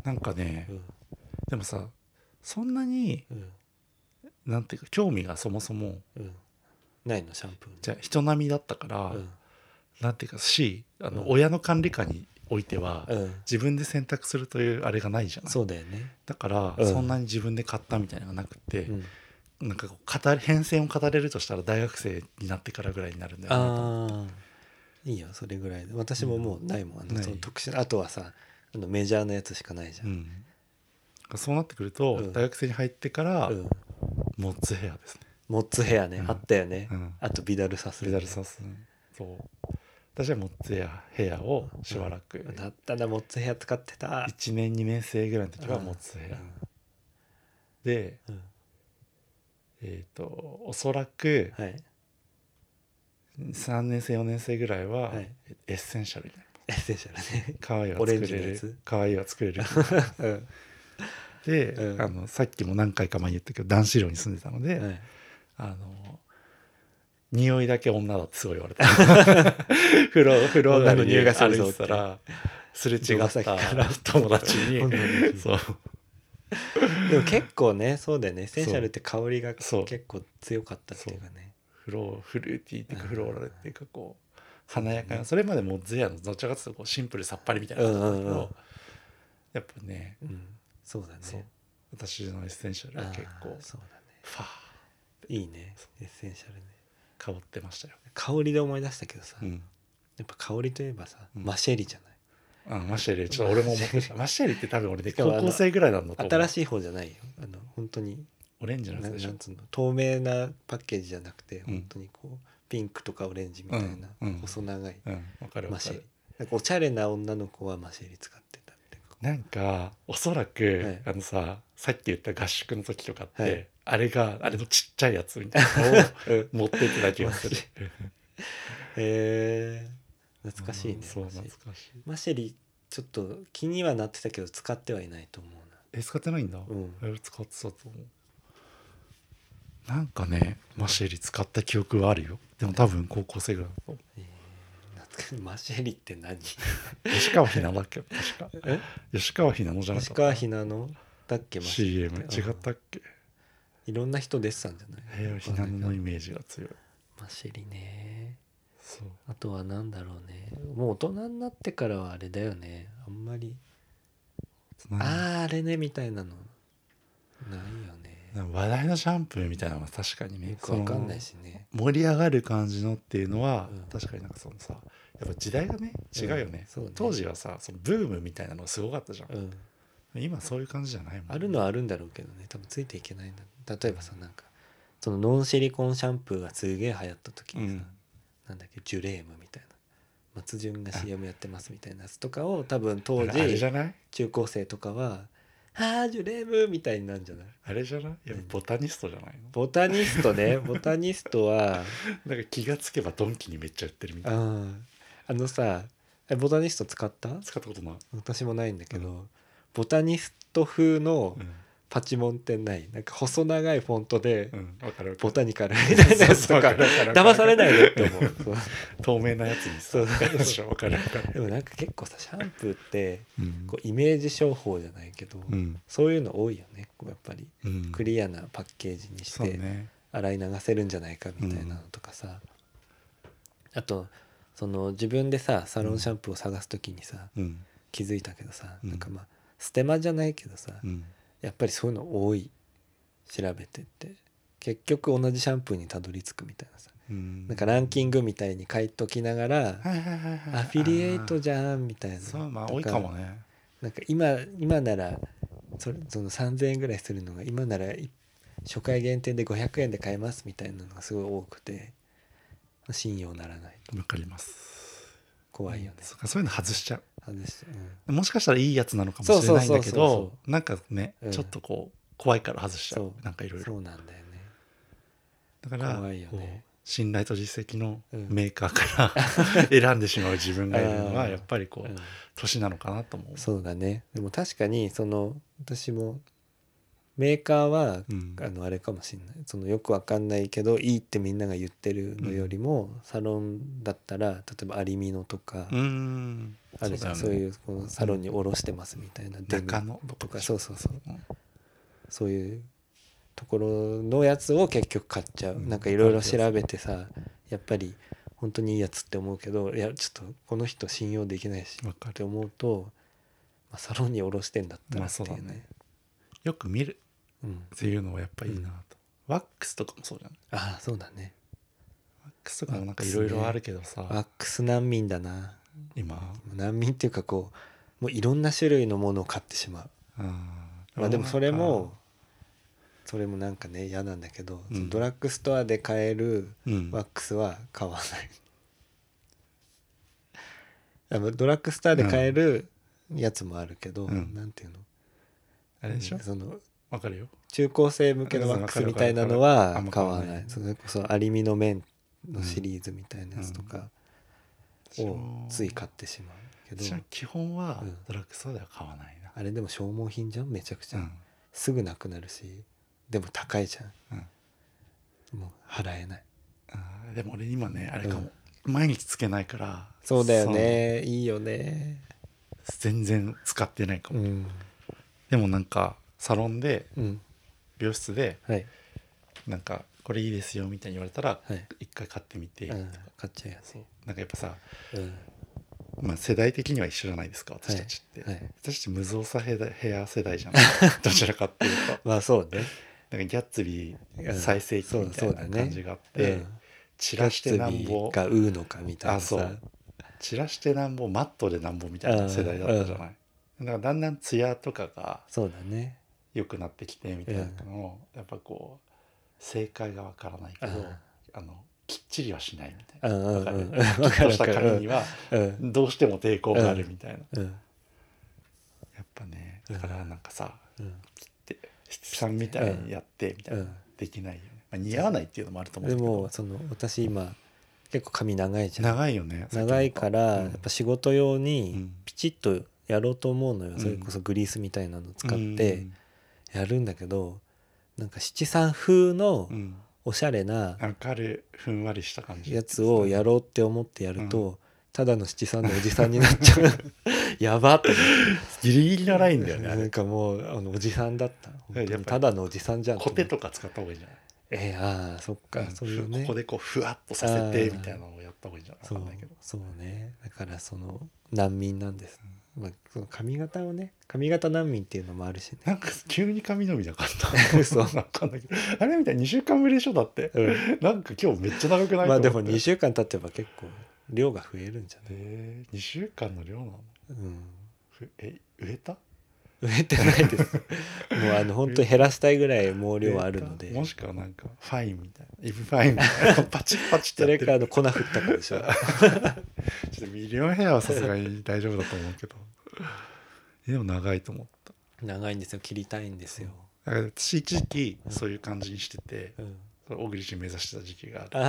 Speaker 2: なんかね、
Speaker 1: ら、
Speaker 2: でもさそんなに
Speaker 1: うんうん
Speaker 2: なんていうか興味がそもそも
Speaker 1: うん、ないのシャンプーに
Speaker 2: じゃあ人並みだったから、
Speaker 1: うん
Speaker 2: なんていうかしあの、
Speaker 1: うん
Speaker 2: 親の管理下においては、
Speaker 1: うん、
Speaker 2: 自分で選択するというあれがないじゃない
Speaker 1: そうだよね、
Speaker 2: だから、
Speaker 1: うん
Speaker 2: そんなに自分で買ったみたいなのがなくて、
Speaker 1: うん、
Speaker 2: なんかこう語り変遷を語れるとしたら大学生になってからぐらいになるんだよなと思
Speaker 1: あ
Speaker 2: っ
Speaker 1: あいいよそれぐらいで私ももうないもん、あ
Speaker 2: な
Speaker 1: の
Speaker 2: い
Speaker 1: その特殊なあとはさあのメジャーなやつしかないじ
Speaker 2: て
Speaker 1: ゃ、
Speaker 2: うんんそうなってくると、
Speaker 1: うん
Speaker 2: 大学生に入ってから、
Speaker 1: うん
Speaker 2: モッツヘアですね
Speaker 1: モッツヘアね、
Speaker 2: うん
Speaker 1: あったよね、
Speaker 2: うん
Speaker 1: あとビダルサス
Speaker 2: メダルサスそう私はモッツヘアヘアをしばらく、
Speaker 1: だったなモッツヘア使ってた、
Speaker 2: 1年2年生ぐらいの時は
Speaker 1: うん
Speaker 2: モッツヘア、で
Speaker 1: うん、
Speaker 2: えっ、とおそらく
Speaker 1: はい
Speaker 2: 3年生4年生ぐらいは、
Speaker 1: はい
Speaker 2: エッセンシャルになる
Speaker 1: エッセンシャル
Speaker 2: 可愛いは
Speaker 1: オレ
Speaker 2: 作
Speaker 1: ンジ
Speaker 2: れ
Speaker 1: のやつ
Speaker 2: る可愛いは作れる
Speaker 1: ね、
Speaker 2: で、
Speaker 1: うん
Speaker 2: あのさっきも何回か前に言ったけど男子寮に住んでたので、
Speaker 1: はい、
Speaker 2: あの匂いだけ女だってすごい言われた 風呂風呂上がり
Speaker 1: 女の
Speaker 2: に
Speaker 1: 匂いがするぞ
Speaker 2: 歩いてたらすれ違
Speaker 1: 泥
Speaker 2: った
Speaker 1: 先から
Speaker 2: 友達
Speaker 1: 女の匂い
Speaker 2: にそう
Speaker 1: でも結構ねそうだよねエッセンシャルって香りが
Speaker 2: そう
Speaker 1: 結構強かったっていうかね
Speaker 2: フローフルーティーっていうかフローラルっていうかこう華やかなそれまでもうゼアのどちらかというとこうシンプルさっぱりみたいな感じだったけど、
Speaker 1: うんうんうん
Speaker 2: やっぱね
Speaker 1: うんそうだ
Speaker 2: そう
Speaker 1: ね
Speaker 2: 私のエッセンシャル
Speaker 1: あ
Speaker 2: は
Speaker 1: ー
Speaker 2: 結構
Speaker 1: そうだね
Speaker 2: ファー
Speaker 1: いいねエッセンシャルね
Speaker 2: 香ってましたよ、
Speaker 1: 香りで思い出したけどさ、
Speaker 2: うん、
Speaker 1: やっぱ香りといえばさ、
Speaker 2: うん
Speaker 1: マシェリじゃない
Speaker 2: あマシェリちょっと俺も思っ てたマシェリって多分俺で
Speaker 1: しかもあ
Speaker 2: 高
Speaker 1: の
Speaker 2: 校生ぐらいなんだと思う
Speaker 1: 新しい方じゃないよあの本当に
Speaker 2: オレンジの
Speaker 1: な
Speaker 2: やつでし
Speaker 1: な
Speaker 2: ょ
Speaker 1: んつうの透明なパッケージじゃなくて
Speaker 2: うん
Speaker 1: 本当にこう、ピンクとかオレンジみたいな、
Speaker 2: うんうん
Speaker 1: 細長い
Speaker 2: うんわかるわ
Speaker 1: マ
Speaker 2: か
Speaker 1: シェリ
Speaker 2: る
Speaker 1: なんかおしゃれな女の子はマシェリ使ってたってこと
Speaker 2: なんかおそら
Speaker 1: は
Speaker 2: く
Speaker 1: い
Speaker 2: あのささっき言った合宿の時とかっ
Speaker 1: は
Speaker 2: て
Speaker 1: い
Speaker 2: あれがあれのちっちゃいやつみたいなのを
Speaker 1: うん
Speaker 2: 持ってってた気がする
Speaker 1: マシへえ懐かしいね
Speaker 2: うんそう
Speaker 1: マシェ
Speaker 2: 懐
Speaker 1: リ
Speaker 2: かしい
Speaker 1: マシェリちょっと気にはなってたけど使ってはいないと思
Speaker 2: え使ってないんだ、
Speaker 1: うなうん
Speaker 2: え使ってたと思うなんかねマシェリ使った記憶はあるよでも多分高校生ぐらいだと思
Speaker 1: えー懐かしいマシェリって何
Speaker 2: う吉川ひなだっけ確か
Speaker 1: え
Speaker 2: 吉川ひなのじゃなかっ
Speaker 1: 石
Speaker 2: た
Speaker 1: 川ひなのだっけマシェリ
Speaker 2: CM 違ったっけ
Speaker 1: いろんな人出てたんじゃない
Speaker 2: えーひなののイメージが強い
Speaker 1: マシェリね
Speaker 2: そう
Speaker 1: あとは何だろうねもう大人になってからはあれだよねあんまり、
Speaker 2: なん
Speaker 1: あああれねみたいなのないよね
Speaker 2: なんか話題のシャンプーみたいなのは確かにね
Speaker 1: よくわかんない
Speaker 2: そ
Speaker 1: しね
Speaker 2: の盛り上がる感じのっていうのは、
Speaker 1: うん
Speaker 2: 確かになんかそのさやっぱ時代がね違うよ
Speaker 1: う
Speaker 2: ね,、
Speaker 1: んそうね
Speaker 2: 当時はさそのブームみたいなのがすごかったじゃん
Speaker 1: うん
Speaker 2: 今そういう感じじゃないもん
Speaker 1: あるのはあるんだろうけどね多分ついていけないんだ例えばさなんかそのノンシリコンシャンプーがすげえ流行った時
Speaker 2: う
Speaker 1: にさ、
Speaker 2: ん
Speaker 1: なんだっけジュレームみたいな松潤が CM やってますみたいなやつとかを多分当
Speaker 2: あれじゃ
Speaker 1: 時
Speaker 2: ない
Speaker 1: 中高生とかは「ああジュレーム」みたいになるんじゃない
Speaker 2: あれじゃないいやボタニストじゃないの
Speaker 1: ボタニストねボタニストは
Speaker 2: なんか気がつけばドンキにめっちゃ売ってるみたいな
Speaker 1: うんあのさえボタニスト使った
Speaker 2: 使ったことない、
Speaker 1: 私もないんだけど、
Speaker 2: う
Speaker 1: ボタニスト風の
Speaker 2: うん
Speaker 1: パチモンってないなんか細長いフォントで
Speaker 2: うん、わかるわか
Speaker 1: ボ
Speaker 2: る
Speaker 1: タニカルみたいなやつ
Speaker 2: そう
Speaker 1: と
Speaker 2: わ
Speaker 1: か
Speaker 2: かるわかるわかる
Speaker 1: 騙されないでって思 うそう
Speaker 2: 透明なやつにさ
Speaker 1: そう
Speaker 2: わかるでしょわかるわか
Speaker 1: で
Speaker 2: る
Speaker 1: もなんか結構さシャンプーって
Speaker 2: うん
Speaker 1: こうイメージ商法じゃないけど、
Speaker 2: うん
Speaker 1: そういうの多いよねこうやっぱり
Speaker 2: うん
Speaker 1: クリアなパッケージにし
Speaker 2: そう
Speaker 1: て
Speaker 2: ね
Speaker 1: 洗い流せるんじゃないかみたいなのとかさ、あとその自分でさサロンシャンプーを探す時にさ、
Speaker 2: うん
Speaker 1: 気づいたけどさ、
Speaker 2: うん
Speaker 1: なんかまあステマじゃないけどさ、
Speaker 2: うん
Speaker 1: やっぱりそういうの多い調べてって結局同じシャンプーにたどり着くみたいなさ、
Speaker 2: うん
Speaker 1: なんかランキングみたいに書いときながら、
Speaker 2: はいはいはいはい
Speaker 1: アフィリエイトじゃんみたいな
Speaker 2: あーそうまあ
Speaker 1: と
Speaker 2: 多いかもね
Speaker 1: なんか今今ならそれその3,000円ぐらいするのが今ならい初回限定で500円で買えますみたいなのがすごい多くて信用ならないと
Speaker 2: わかります
Speaker 1: 怖いよね、
Speaker 2: そうかそういうの外しちゃ
Speaker 1: 外してうん
Speaker 2: うもしかしたらいいやつなのかもしれないんだけ
Speaker 1: そうそうそうそう
Speaker 2: どなんかね
Speaker 1: うん
Speaker 2: ちょっとこう怖いから外しちゃう
Speaker 1: そ
Speaker 2: なんかいろいろ
Speaker 1: そうなんだよね
Speaker 2: だから
Speaker 1: 怖いよね
Speaker 2: こう信頼と実績の
Speaker 1: うん
Speaker 2: メー カーから選んでしまう自分がいるの
Speaker 1: あ
Speaker 2: は
Speaker 1: ー
Speaker 2: やっぱりこ
Speaker 1: う
Speaker 2: うん年なのかなと思う。
Speaker 1: そうだねでも確かにその私もメーカーは、
Speaker 2: うん
Speaker 1: あのあれかもしれないそのよくわかんないけどいいってみんなが言ってるのよりも、サロンだったら例えばアリミノとか、
Speaker 2: うーん
Speaker 1: あるじゃんそう,、
Speaker 2: うだよね
Speaker 1: いうこのサロンに下ろしてますみたいな、デミ
Speaker 2: 中野と
Speaker 1: とか
Speaker 2: か
Speaker 1: そうそうそう
Speaker 2: うん
Speaker 1: そういうところのやつを結局買っちゃう、
Speaker 2: うん
Speaker 1: なんかいろいろ調べてさやっぱり本当にいいやつって思うけどいやちょっとこの人信用できないし
Speaker 2: わか
Speaker 1: っ
Speaker 2: る
Speaker 1: て思うと、まあ、サロンに下ろしてんだったら
Speaker 2: まあ
Speaker 1: って
Speaker 2: そう
Speaker 1: い
Speaker 2: だ
Speaker 1: う
Speaker 2: ね
Speaker 1: ね,、
Speaker 2: よく見る
Speaker 1: うん
Speaker 2: っていうのはやっぱいいなと、ワックスとかもそうじゃない
Speaker 1: ああそうだね
Speaker 2: ワックスとかもなんかいろいろあるけどさ、
Speaker 1: ワックス難民だな
Speaker 2: 今
Speaker 1: 難民っていうかこうもういろんな種類のものを買ってしまう
Speaker 2: あー
Speaker 1: まあでもそれもそれもなんかね嫌なんだけど、
Speaker 2: うん
Speaker 1: そのドラッグストアで買える
Speaker 2: うん
Speaker 1: ワックスは買わない、あのドラッグストアで買えるやつもあるけど、
Speaker 2: うん
Speaker 1: なんていうの
Speaker 2: あれでしょ
Speaker 1: その
Speaker 2: わかるよ
Speaker 1: 中高生向けのワックスみたいなのは
Speaker 2: うんわか
Speaker 1: 買
Speaker 2: るわ
Speaker 1: わ
Speaker 2: か
Speaker 1: ない
Speaker 2: るあんま買わない
Speaker 1: それこそアルミの面のシリーズみたいなやつとかをつい買ってしまうけど、
Speaker 2: 私は基本は
Speaker 1: うん
Speaker 2: ドラッグストアでは買わないな、
Speaker 1: あれでも消耗品じゃんめちゃくちゃ、
Speaker 2: うん
Speaker 1: すぐなくなるしでも高いじゃん
Speaker 2: うん
Speaker 1: もう払えない
Speaker 2: あーでも俺今ねあれかも、毎日つけないから
Speaker 1: そうだよねいいよね
Speaker 2: そう全然使ってないか
Speaker 1: う
Speaker 2: も、
Speaker 1: ん
Speaker 2: でもなんかサロンで
Speaker 1: うん
Speaker 2: 美容室で
Speaker 1: はい
Speaker 2: なんかこれいいですよみたいに言われたら
Speaker 1: はい
Speaker 2: 一回買ってみて、
Speaker 1: うん買っちゃうやつ
Speaker 2: そうなんかやっぱさ、
Speaker 1: うん
Speaker 2: まあ、世代的には一緒じゃないですか私たちって、
Speaker 1: はいはい
Speaker 2: 私たち無造作ヘアヘア世代 じゃんどちらかっていうと
Speaker 1: まあそうね
Speaker 2: なんかギャッツビ
Speaker 1: うん
Speaker 2: ー最盛期みた
Speaker 1: そうそう
Speaker 2: い
Speaker 1: だ
Speaker 2: な
Speaker 1: ね
Speaker 2: 感じがあって、
Speaker 1: うん
Speaker 2: 散らしてなんぼ
Speaker 1: ガッツビーがうのかみたいな
Speaker 2: あそ
Speaker 1: さ
Speaker 2: う散らしてなんぼマットでなんぼみたいな世代だったじゃない、だからだんだんツヤとかが
Speaker 1: そうだね
Speaker 2: 良くなってきてみたいなのを、やっぱこう正解がわからないけど、
Speaker 1: うん
Speaker 2: あのきっちりはしないみた
Speaker 1: う
Speaker 2: い
Speaker 1: んうん
Speaker 2: な、
Speaker 1: うん
Speaker 2: わ
Speaker 1: うん
Speaker 2: かるきっとした
Speaker 1: わかる
Speaker 2: 髪には
Speaker 1: うん
Speaker 2: どうしても抵抗があるみたいな、
Speaker 1: うん
Speaker 2: やっぱね
Speaker 1: うん
Speaker 2: だからなんかさ、
Speaker 1: うん
Speaker 2: 切って七三みたいにやってみたいな、
Speaker 1: うん
Speaker 2: できないよね、まあ、似合わないっていうのもあると思う
Speaker 1: で
Speaker 2: けど
Speaker 1: もその私今結構髪長いじゃん
Speaker 2: 長いよね
Speaker 1: 長いからやっぱ仕事用
Speaker 2: う
Speaker 1: に
Speaker 2: ん
Speaker 1: ピチッとやろうと思うのよ
Speaker 2: ん
Speaker 1: それこそグリースみたいなの使
Speaker 2: さっきも
Speaker 1: ってやるんだけどなんか七三風の
Speaker 2: うんうん
Speaker 1: おしゃれな
Speaker 2: わかるふんわりした感じ
Speaker 1: やつをやろうって思ってやるとただの七三のおじさんになっちゃう やばって
Speaker 2: ギリギリのラインだ よねあ
Speaker 1: な
Speaker 2: れ
Speaker 1: んかもうあのおじさんだった本当に
Speaker 2: やっぱり
Speaker 1: ただのおじさんじゃん
Speaker 2: コテ
Speaker 1: と
Speaker 2: とか使った方がいいんじゃない
Speaker 1: 思ってえーあーそっ
Speaker 2: う
Speaker 1: か
Speaker 2: ん
Speaker 1: そういうね
Speaker 2: ふここでこうふわっとさせてみたいなのをやった方がいいんじゃない
Speaker 1: そ
Speaker 2: わ
Speaker 1: う
Speaker 2: かんないけど
Speaker 1: そうねだからその難民なんです、まあ、その髪型をね髪型難民っていうのもあるしね
Speaker 2: なんか急に髪伸びなかっ た
Speaker 1: 嘘
Speaker 2: わかんないけどあれみたいに2週間ぶりでしょだって
Speaker 1: うん
Speaker 2: なんか今日めっちゃ長くない
Speaker 1: まあ
Speaker 2: と
Speaker 1: で
Speaker 2: 思
Speaker 1: も
Speaker 2: って
Speaker 1: 2週間経てば結構量が増えるんじゃない、
Speaker 2: えー、2週間の量なの
Speaker 1: うん、
Speaker 2: ふえ植えた
Speaker 1: 増えてないですもうあの本当に減らしたいぐらい毛量はあるので
Speaker 2: 植えたもしくはなんかファインみたいなイブファインみたいなパチッパチ
Speaker 1: そ
Speaker 2: ッてや
Speaker 1: れ
Speaker 2: って
Speaker 1: かあ
Speaker 2: る
Speaker 1: の粉振ったかでしょ
Speaker 2: ちょっとミリオンヘアはさすがに大丈夫だと思うけどでも長いと思った
Speaker 1: 長いんですよ切りたいんですよ、
Speaker 2: だから私一時期そういう感じにしてて
Speaker 1: うん、
Speaker 2: 小栗旬目指してた時期があるん
Speaker 1: あ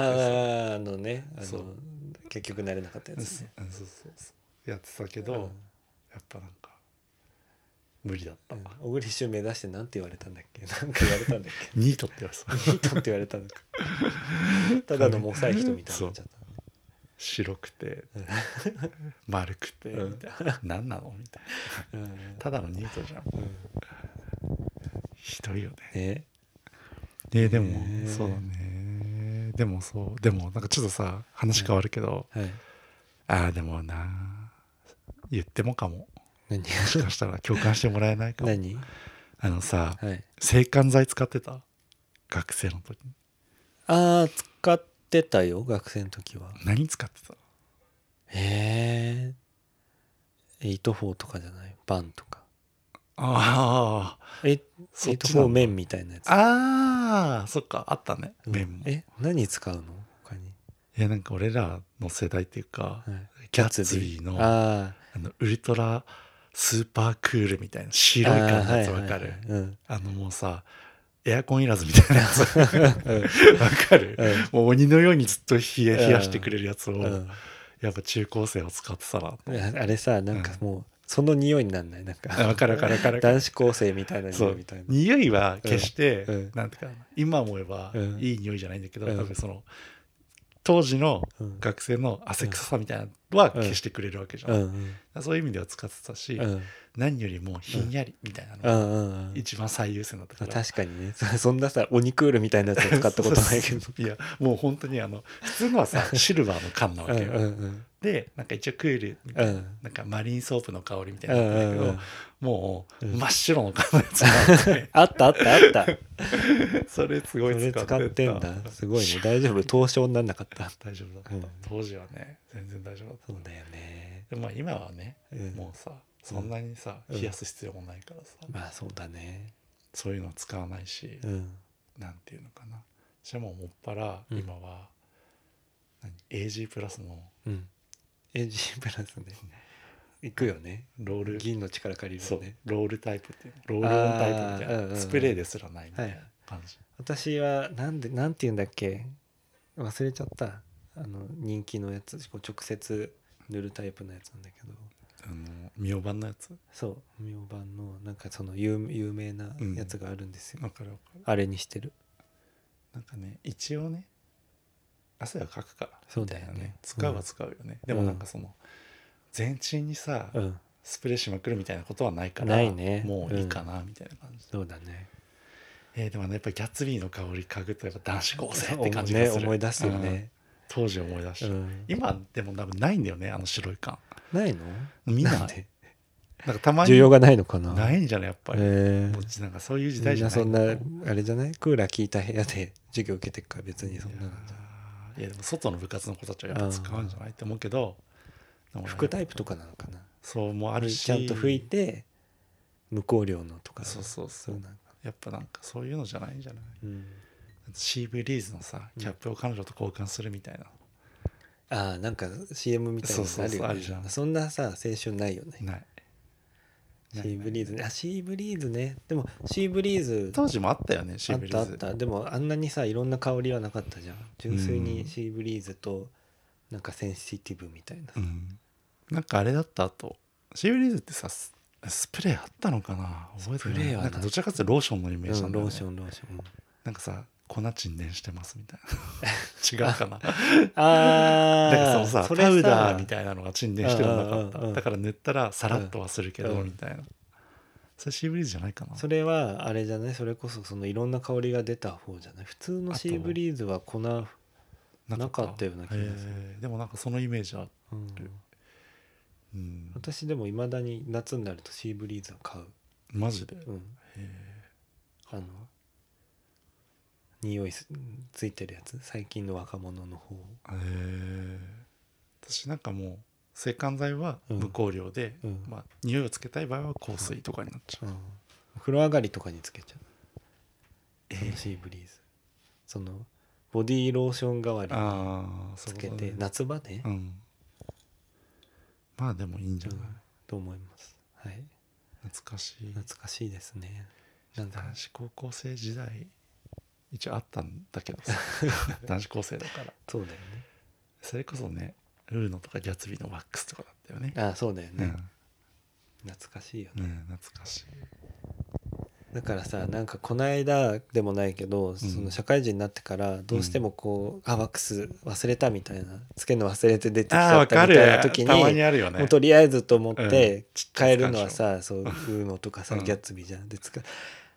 Speaker 1: ーあのねあ
Speaker 2: そう
Speaker 1: の結局慣れなかったや
Speaker 2: で
Speaker 1: つ
Speaker 2: す
Speaker 1: ね
Speaker 2: うんそうそうそうやってたけど、
Speaker 1: うん
Speaker 2: やっぱなんか無理だった、
Speaker 1: うん小栗旬目指してなんて言われたんだっけなんか言われたんだっ
Speaker 2: ニートって言われてた
Speaker 1: けニートって言われたのか ただのモサい人みたいになっちゃっ
Speaker 2: 白くて
Speaker 1: うん
Speaker 2: 丸くて
Speaker 1: うん
Speaker 2: みたいな何なのみたいな
Speaker 1: た、うん
Speaker 2: ただのニートじゃん
Speaker 1: うん
Speaker 2: ひどいよね
Speaker 1: ね
Speaker 2: えーでも
Speaker 1: ねえ
Speaker 2: そうだねでもそうでもなんかちょっとさ話変わるけど、
Speaker 1: はい
Speaker 2: ああでもな言ってもかも
Speaker 1: 何
Speaker 2: もしかしたら共感してもらえないかも
Speaker 1: 何
Speaker 2: あのさ
Speaker 1: はい
Speaker 2: 制汗剤使ってた学生の時
Speaker 1: ああ使ってたよ学生の時は
Speaker 2: 何使ってた
Speaker 1: へえ8-4とかじゃないバンとか
Speaker 2: ああ
Speaker 1: え
Speaker 2: そっち
Speaker 1: 8-4
Speaker 2: の
Speaker 1: 麺みたいなやつ
Speaker 2: ああそっかあったね
Speaker 1: うん
Speaker 2: 麺も、い
Speaker 1: え何使うの他に、
Speaker 2: やなんか俺らの世代っていうか、
Speaker 1: はい
Speaker 2: キャッツビーのあ
Speaker 1: ああ
Speaker 2: のウルトラスーパークールみたいな白い感じのやつわか
Speaker 1: あー
Speaker 2: る、
Speaker 1: はいはいはいうん
Speaker 2: あのもうさエアコンいらずみたいなやつ わかる、
Speaker 1: うん
Speaker 2: もう鬼のようにずっと冷え
Speaker 1: うん
Speaker 2: 冷やしてくれるやつを、
Speaker 1: うん
Speaker 2: やっぱ中高生を使ってたな
Speaker 1: ああれさなんかもうその匂いになんないなんか
Speaker 2: あわかるわかるわかるわかる
Speaker 1: 男子高生みたいな
Speaker 2: そ
Speaker 1: 匂いうみたいな
Speaker 2: 匂いは決して、
Speaker 1: うんうん
Speaker 2: なんていうかな今思えば
Speaker 1: うん
Speaker 2: いい匂いじゃないんだけど、
Speaker 1: うん
Speaker 2: 多分その当時の
Speaker 1: うん
Speaker 2: 学生の汗臭さみたいなのは消してくれるわけじゃん、
Speaker 1: う
Speaker 2: だか
Speaker 1: ん
Speaker 2: らそういう意味では使ってたし、
Speaker 1: うんうん
Speaker 2: 何よりもひんやりみたいなの
Speaker 1: う
Speaker 2: が
Speaker 1: んうんうん
Speaker 2: 一番最優先だった
Speaker 1: ま
Speaker 2: か
Speaker 1: あ
Speaker 2: ら、
Speaker 1: 確かにねそ そんなさ鬼クールみたいなやつを使ったことないけど
Speaker 2: そうそういやもう本当にあの普通のは さシルバーの缶なわ
Speaker 1: うんう
Speaker 2: けよ、
Speaker 1: んうん
Speaker 2: でなんか一応クールみたいな,、
Speaker 1: うん
Speaker 2: なんかマリンソープの香りみたい
Speaker 1: うん
Speaker 2: なのだったんだ
Speaker 1: う
Speaker 2: けど、
Speaker 1: んうん
Speaker 2: もう
Speaker 1: うん
Speaker 2: 真っ白の缶のやつがあって
Speaker 1: あったあったあった
Speaker 2: それすご
Speaker 1: そ
Speaker 2: い
Speaker 1: れ
Speaker 2: 使って
Speaker 1: 使ってんだすごいね大丈夫凍傷になんなかった
Speaker 2: 大丈夫だった、
Speaker 1: うん
Speaker 2: 当時はね全然大丈夫だった
Speaker 1: そうだよね
Speaker 2: でまあ今はね、
Speaker 1: うん
Speaker 2: もうさそんなにさ、
Speaker 1: うん
Speaker 2: 冷やす必要もないからさ、
Speaker 1: まあそうだね
Speaker 2: そういうのは使わないし、
Speaker 1: うん
Speaker 2: なんていうのかなじゃあもうもっぱら
Speaker 1: うん
Speaker 2: 今は、何 AG プラスの
Speaker 1: うん AG プラスね行くよね
Speaker 2: ロール、
Speaker 1: 銀の力借りる
Speaker 2: そ
Speaker 1: よ
Speaker 2: う
Speaker 1: ね
Speaker 2: ロールタイプっていうのロールオンタイプみたい
Speaker 1: あーう
Speaker 2: な、
Speaker 1: んうんうん
Speaker 2: スプレーですらないみたい
Speaker 1: は
Speaker 2: ない感じ、
Speaker 1: 私はなんでなんて言うんだっけ忘れちゃったあの人気のやつこう直接塗るタイプのやつなんだけど
Speaker 2: あのミオ版のやつ
Speaker 1: そう明版のなんかその有有名なやつがあるんですよ、
Speaker 2: わかるわかる
Speaker 1: あれにしてる
Speaker 2: なんかね一応ね汗はかくから
Speaker 1: そうだよね
Speaker 2: みたいな使うは使うよね、でもなんかその全身にさ、
Speaker 1: うん
Speaker 2: スプレーしまくるみたいなことはないから
Speaker 1: ないね
Speaker 2: もういいかなみたいな感じ、
Speaker 1: そうだね
Speaker 2: えーでもねやっぱりギャッツビーの香り嗅ぐとやっぱ男子高生っ
Speaker 1: 思
Speaker 2: て
Speaker 1: う
Speaker 2: 感じが
Speaker 1: ね
Speaker 2: する、
Speaker 1: 思い出すよ
Speaker 2: うん
Speaker 1: ね、
Speaker 2: 当時思い出し
Speaker 1: う
Speaker 2: た、
Speaker 1: ん、
Speaker 2: 今でも多分ないんだよねあの白い缶
Speaker 1: ないの
Speaker 2: 見ない
Speaker 1: んで
Speaker 2: なんかたまに
Speaker 1: 需要がないのかな
Speaker 2: ないいんじゃないやっぱり、
Speaker 1: え
Speaker 2: もうなんかそういう時
Speaker 1: ー、
Speaker 2: 代
Speaker 1: みんな
Speaker 2: じゃない
Speaker 1: そん
Speaker 2: のか
Speaker 1: なあれじゃないクーラー効いた部屋で 授業受けてるから別にそんなのじゃ
Speaker 2: いやーいやでも外の部活の子たちはやっぱ使うんじゃないって思うけどでもね
Speaker 1: 服タイプとかなのかな
Speaker 2: そうもあるし
Speaker 1: ちゃんと拭いて無香料のとか
Speaker 2: そうそうそ
Speaker 1: そう
Speaker 2: う
Speaker 1: なんか、
Speaker 2: やっぱなんかそういうのじゃないんじゃない
Speaker 1: うん、
Speaker 2: シーブリーズのさキャップを彼女と交換するみたいな、
Speaker 1: ああなんか CM みたいなのある
Speaker 2: そうそうそうあ
Speaker 1: よ
Speaker 2: る
Speaker 1: ね
Speaker 2: じゃん
Speaker 1: そんなさ青春ないよね
Speaker 2: ない
Speaker 1: シーブリーズねあシーブリーズねでもシーブリーズ
Speaker 2: 当時もあったよねシ
Speaker 1: あ
Speaker 2: ー
Speaker 1: っ
Speaker 2: ブリ
Speaker 1: たあ
Speaker 2: ー
Speaker 1: っ
Speaker 2: ズ
Speaker 1: たでもあんなにさいろんな香りはなかったじゃん純粋にシーブリーズとなんかセンシティブみたいな、
Speaker 2: うん、なんかあれだった後シーブリーズってさススプレーあったのかな覚えて
Speaker 1: スプレ
Speaker 2: な
Speaker 1: ー
Speaker 2: い
Speaker 1: はな
Speaker 2: な
Speaker 1: ん
Speaker 2: かどちらかというとローションのイメージな
Speaker 1: うんんロ
Speaker 2: だよね
Speaker 1: ーションローション
Speaker 2: なんかさ粉沈殿してますみたい な違うかな
Speaker 1: あ
Speaker 2: なんかそのさパウダーみ
Speaker 1: い
Speaker 2: たいなのが沈殿してるのなかっ
Speaker 1: うんうんうんう
Speaker 2: た
Speaker 1: ん
Speaker 2: だから塗ったらさらっとはするけ
Speaker 1: う
Speaker 2: ど
Speaker 1: んうん
Speaker 2: みたいなそれシーブリーズじゃないかな
Speaker 1: それはあれじゃないそれこそそのいろんな香りが出た方じゃない普通のシーブリーズは粉なかったような気がする
Speaker 2: へーでもなんかそのイメージは、
Speaker 1: うん
Speaker 2: うん、
Speaker 1: 私でもいまだに夏になるとシーブリーズを買う、
Speaker 2: マジで
Speaker 1: うん、あの匂いすついてるやつ最近の若者の方
Speaker 2: へえ私なんかもう制汗剤は
Speaker 1: うん
Speaker 2: 無香料で、
Speaker 1: うん
Speaker 2: まあ匂いをつけたい場合は香水とかになっちゃう、
Speaker 1: うん、お風呂上がりとかにつけちゃう
Speaker 2: え
Speaker 1: そのシーブリーズ、そのボディーローション代わりに
Speaker 2: ああ
Speaker 1: つけて、夏場ね、
Speaker 2: うんまあでもいいんじゃない、
Speaker 1: うんと思いますはい
Speaker 2: 懐かしい
Speaker 1: 懐かしいですねなんだ
Speaker 2: 男子高校生時代一応あったんだけ どさ男子高生だから
Speaker 1: そうだよ
Speaker 2: それこそねウーノとかギャツビーのワックスとかだったよね
Speaker 1: ねあそうだよね、懐かしいよね
Speaker 2: うん、懐かしい。
Speaker 1: だからさなんかこの間でもないけど、その社会人になってからどうしてもこう、あワックス忘れたみたいなつけるの忘れて出てきち
Speaker 2: ああ、
Speaker 1: ゃ
Speaker 2: わ
Speaker 1: っ
Speaker 2: か
Speaker 1: たみ
Speaker 2: る
Speaker 1: たいな時。に
Speaker 2: たまにあるよね。
Speaker 1: もうとりあえずと思っ
Speaker 2: う
Speaker 1: て
Speaker 2: ちっちゃい
Speaker 1: 変えるのはさ、そういうのとかさ、
Speaker 2: うん
Speaker 1: ギャッツビーじゃんで使う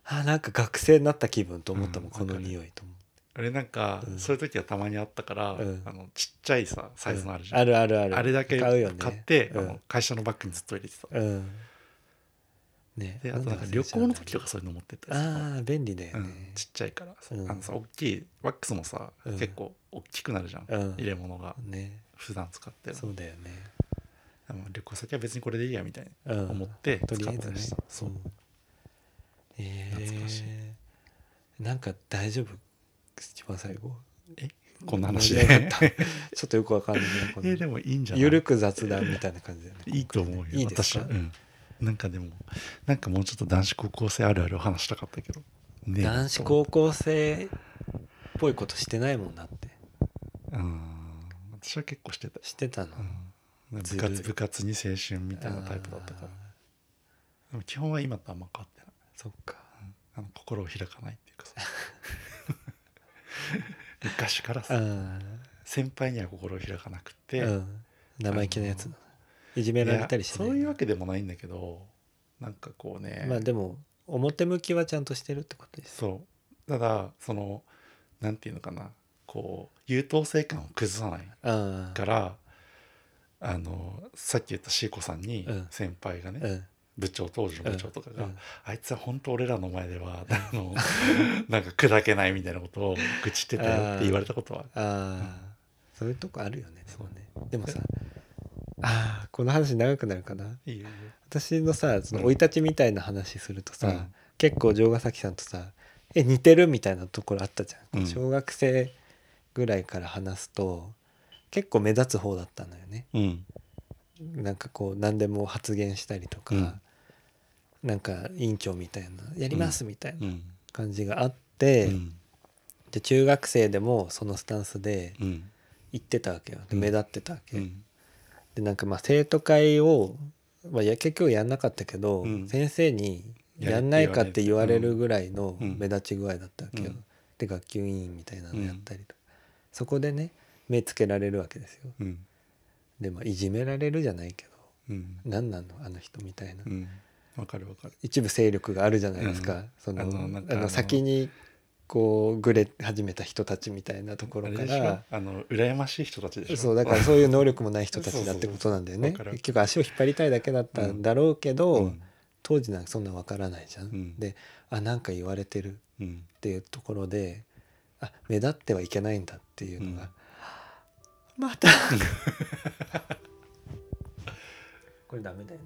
Speaker 1: あなんか学生になった気分と思ったもん、
Speaker 2: うん
Speaker 1: この
Speaker 2: わかる
Speaker 1: 匂いと思う
Speaker 2: あれなんか、
Speaker 1: うん
Speaker 2: そういう時はたまにあったから、
Speaker 1: うん
Speaker 2: あのちっちゃいさサイズのあるじゃん、
Speaker 1: あるあるある
Speaker 2: あれだけ
Speaker 1: 買うよ
Speaker 2: 買
Speaker 1: ね
Speaker 2: って、
Speaker 1: う
Speaker 2: あの
Speaker 1: ん、
Speaker 2: 会社のバッグにずっと入れてた、
Speaker 1: うん、ね
Speaker 2: であとなんか旅行の時とかそういうの持ってったりするの
Speaker 1: ああ便利だよ
Speaker 2: う
Speaker 1: ね、
Speaker 2: ん、ちっちゃいからさ、
Speaker 1: うん
Speaker 2: あのさ大きいワックスもさ、
Speaker 1: うん
Speaker 2: 結構大きくなるじゃん、
Speaker 1: うん
Speaker 2: 入れ物が
Speaker 1: ね
Speaker 2: 普段使ってるの
Speaker 1: そうだよね
Speaker 2: でも旅行先は別にこれでいいやみたいな
Speaker 1: うん
Speaker 2: 思って
Speaker 1: とり
Speaker 2: 使
Speaker 1: あ
Speaker 2: っ
Speaker 1: え
Speaker 2: た
Speaker 1: ず
Speaker 2: り
Speaker 1: ね
Speaker 2: した、そう
Speaker 1: うんえー、
Speaker 2: 懐かしい
Speaker 1: なんか大丈夫一番最後
Speaker 2: こんな話
Speaker 1: なかっ
Speaker 2: で
Speaker 1: た ちょっとよくわかんないなこの
Speaker 2: えでもいいんじゃない
Speaker 1: ゆるく雑談みたいな感じだよね
Speaker 2: いいと思うよ
Speaker 1: いいです
Speaker 2: 私
Speaker 1: か
Speaker 2: は、うん、なんかでもなんかもうちょっと男子高校生あるあるを話したかったけど、ねえ
Speaker 1: 男子高校生っぽいことしてないもんなって
Speaker 2: うん私は結構してた、
Speaker 1: してたの
Speaker 2: うん、部
Speaker 1: ずるい
Speaker 2: 活部活に青春みたいなタイプだったから
Speaker 1: あ
Speaker 2: でも基本は今とあんま変わってない
Speaker 1: ーそっか
Speaker 2: あの心を開かないっていうかさ 昔から
Speaker 1: う
Speaker 2: さ
Speaker 1: ん
Speaker 2: 先輩には心を開かなくて、
Speaker 1: うん生意気なやつなのいじめられたりし
Speaker 2: い
Speaker 1: な
Speaker 2: や
Speaker 1: い
Speaker 2: そういうわけでもないんだけどなんかこうね、
Speaker 1: まあでも表向きはちゃんとしてるってことです
Speaker 2: そうただそのなんていうのかなこう優等生感を崩さない
Speaker 1: ああ
Speaker 2: からあのさっき言ったシーコさんに
Speaker 1: うん
Speaker 2: 先輩がね、
Speaker 1: うん
Speaker 2: 部長当時の部長とかが、
Speaker 1: うんうん
Speaker 2: あいつは本当俺らの前ではあのなんか砕けないみたいなことを愚痴ってたよって言われたことは
Speaker 1: ああそういうとこあるよねでもねでもさああこの話長くなるかない
Speaker 2: いよいいよ
Speaker 1: 私のさその
Speaker 2: うん
Speaker 1: 生い立ちみたいな話するとさ、
Speaker 2: うん
Speaker 1: 結構城ヶ崎さんとさ「え似てる?」みたいなところあったじゃん、
Speaker 2: うん
Speaker 1: 小学生ぐらいから話すと結構目立つ方だったのよね
Speaker 2: うん
Speaker 1: なんかこう何でも発言したりとか、
Speaker 2: うん
Speaker 1: なんか委員長みたいな「やります」みたいな
Speaker 2: うん
Speaker 1: 感じがあっ
Speaker 2: う
Speaker 1: て、
Speaker 2: ん
Speaker 1: で中学生でもそのスタンスで
Speaker 2: うん
Speaker 1: 行ってたわけよで
Speaker 2: うん
Speaker 1: 目立ってたわけ、
Speaker 2: うん
Speaker 1: でなんかまあ生徒会を、まあ、いや結局やんなかったけど、
Speaker 2: うん
Speaker 1: 先生に
Speaker 2: やれ
Speaker 1: やんないかって言われるぐらいの
Speaker 2: うん
Speaker 1: 目立ち具合だったわけよ、
Speaker 2: うん
Speaker 1: で学級委員みたいなのやったりとか、そこでね目つけられるわけですよ
Speaker 2: うん
Speaker 1: でまあいじめられるじゃないけど
Speaker 2: うん
Speaker 1: 何なのあの人みたいな、
Speaker 2: うんわかるわかる
Speaker 1: 一部勢力があるじゃないですか、
Speaker 2: うん
Speaker 1: その
Speaker 2: あ
Speaker 1: あ
Speaker 2: のなん
Speaker 1: の
Speaker 2: かあの
Speaker 1: 先にこうぐれ始めた人たちみたいなとこ
Speaker 2: あ
Speaker 1: ろ
Speaker 2: れ
Speaker 1: か
Speaker 2: でしょ
Speaker 1: ら。
Speaker 2: あの羨ましい人たちでしょ
Speaker 1: そうだからそういう能力もない人たちだってことなんだよね
Speaker 2: そうそうそうわかる
Speaker 1: 結局足を引っ張りたいだけだったんだろうけど、
Speaker 2: うん
Speaker 1: 当時なんかそんなわからないじゃん。
Speaker 2: ん
Speaker 1: であなんか言われてるっ
Speaker 2: うん
Speaker 1: ていうところであ目立ってはいけないんだっていうのが、また これダメだよね。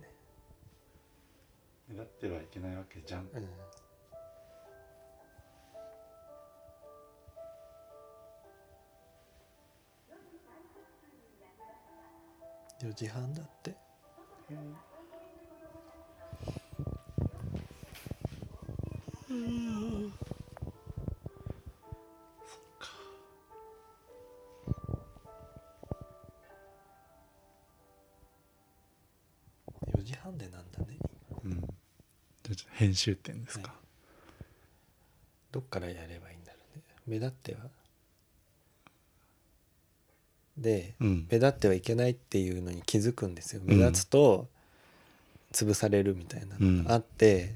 Speaker 2: 目立ってはいけないわけじゃん
Speaker 1: うん4時半だって4時半でなんだね
Speaker 2: うんじゃあちょっと編集点ですか、
Speaker 1: どっからやればいいんだろうね目立ってはで、
Speaker 2: うん
Speaker 1: 目立ってはいけないっていうのに気づくんですよ目立つと潰されるみたいなのがあって、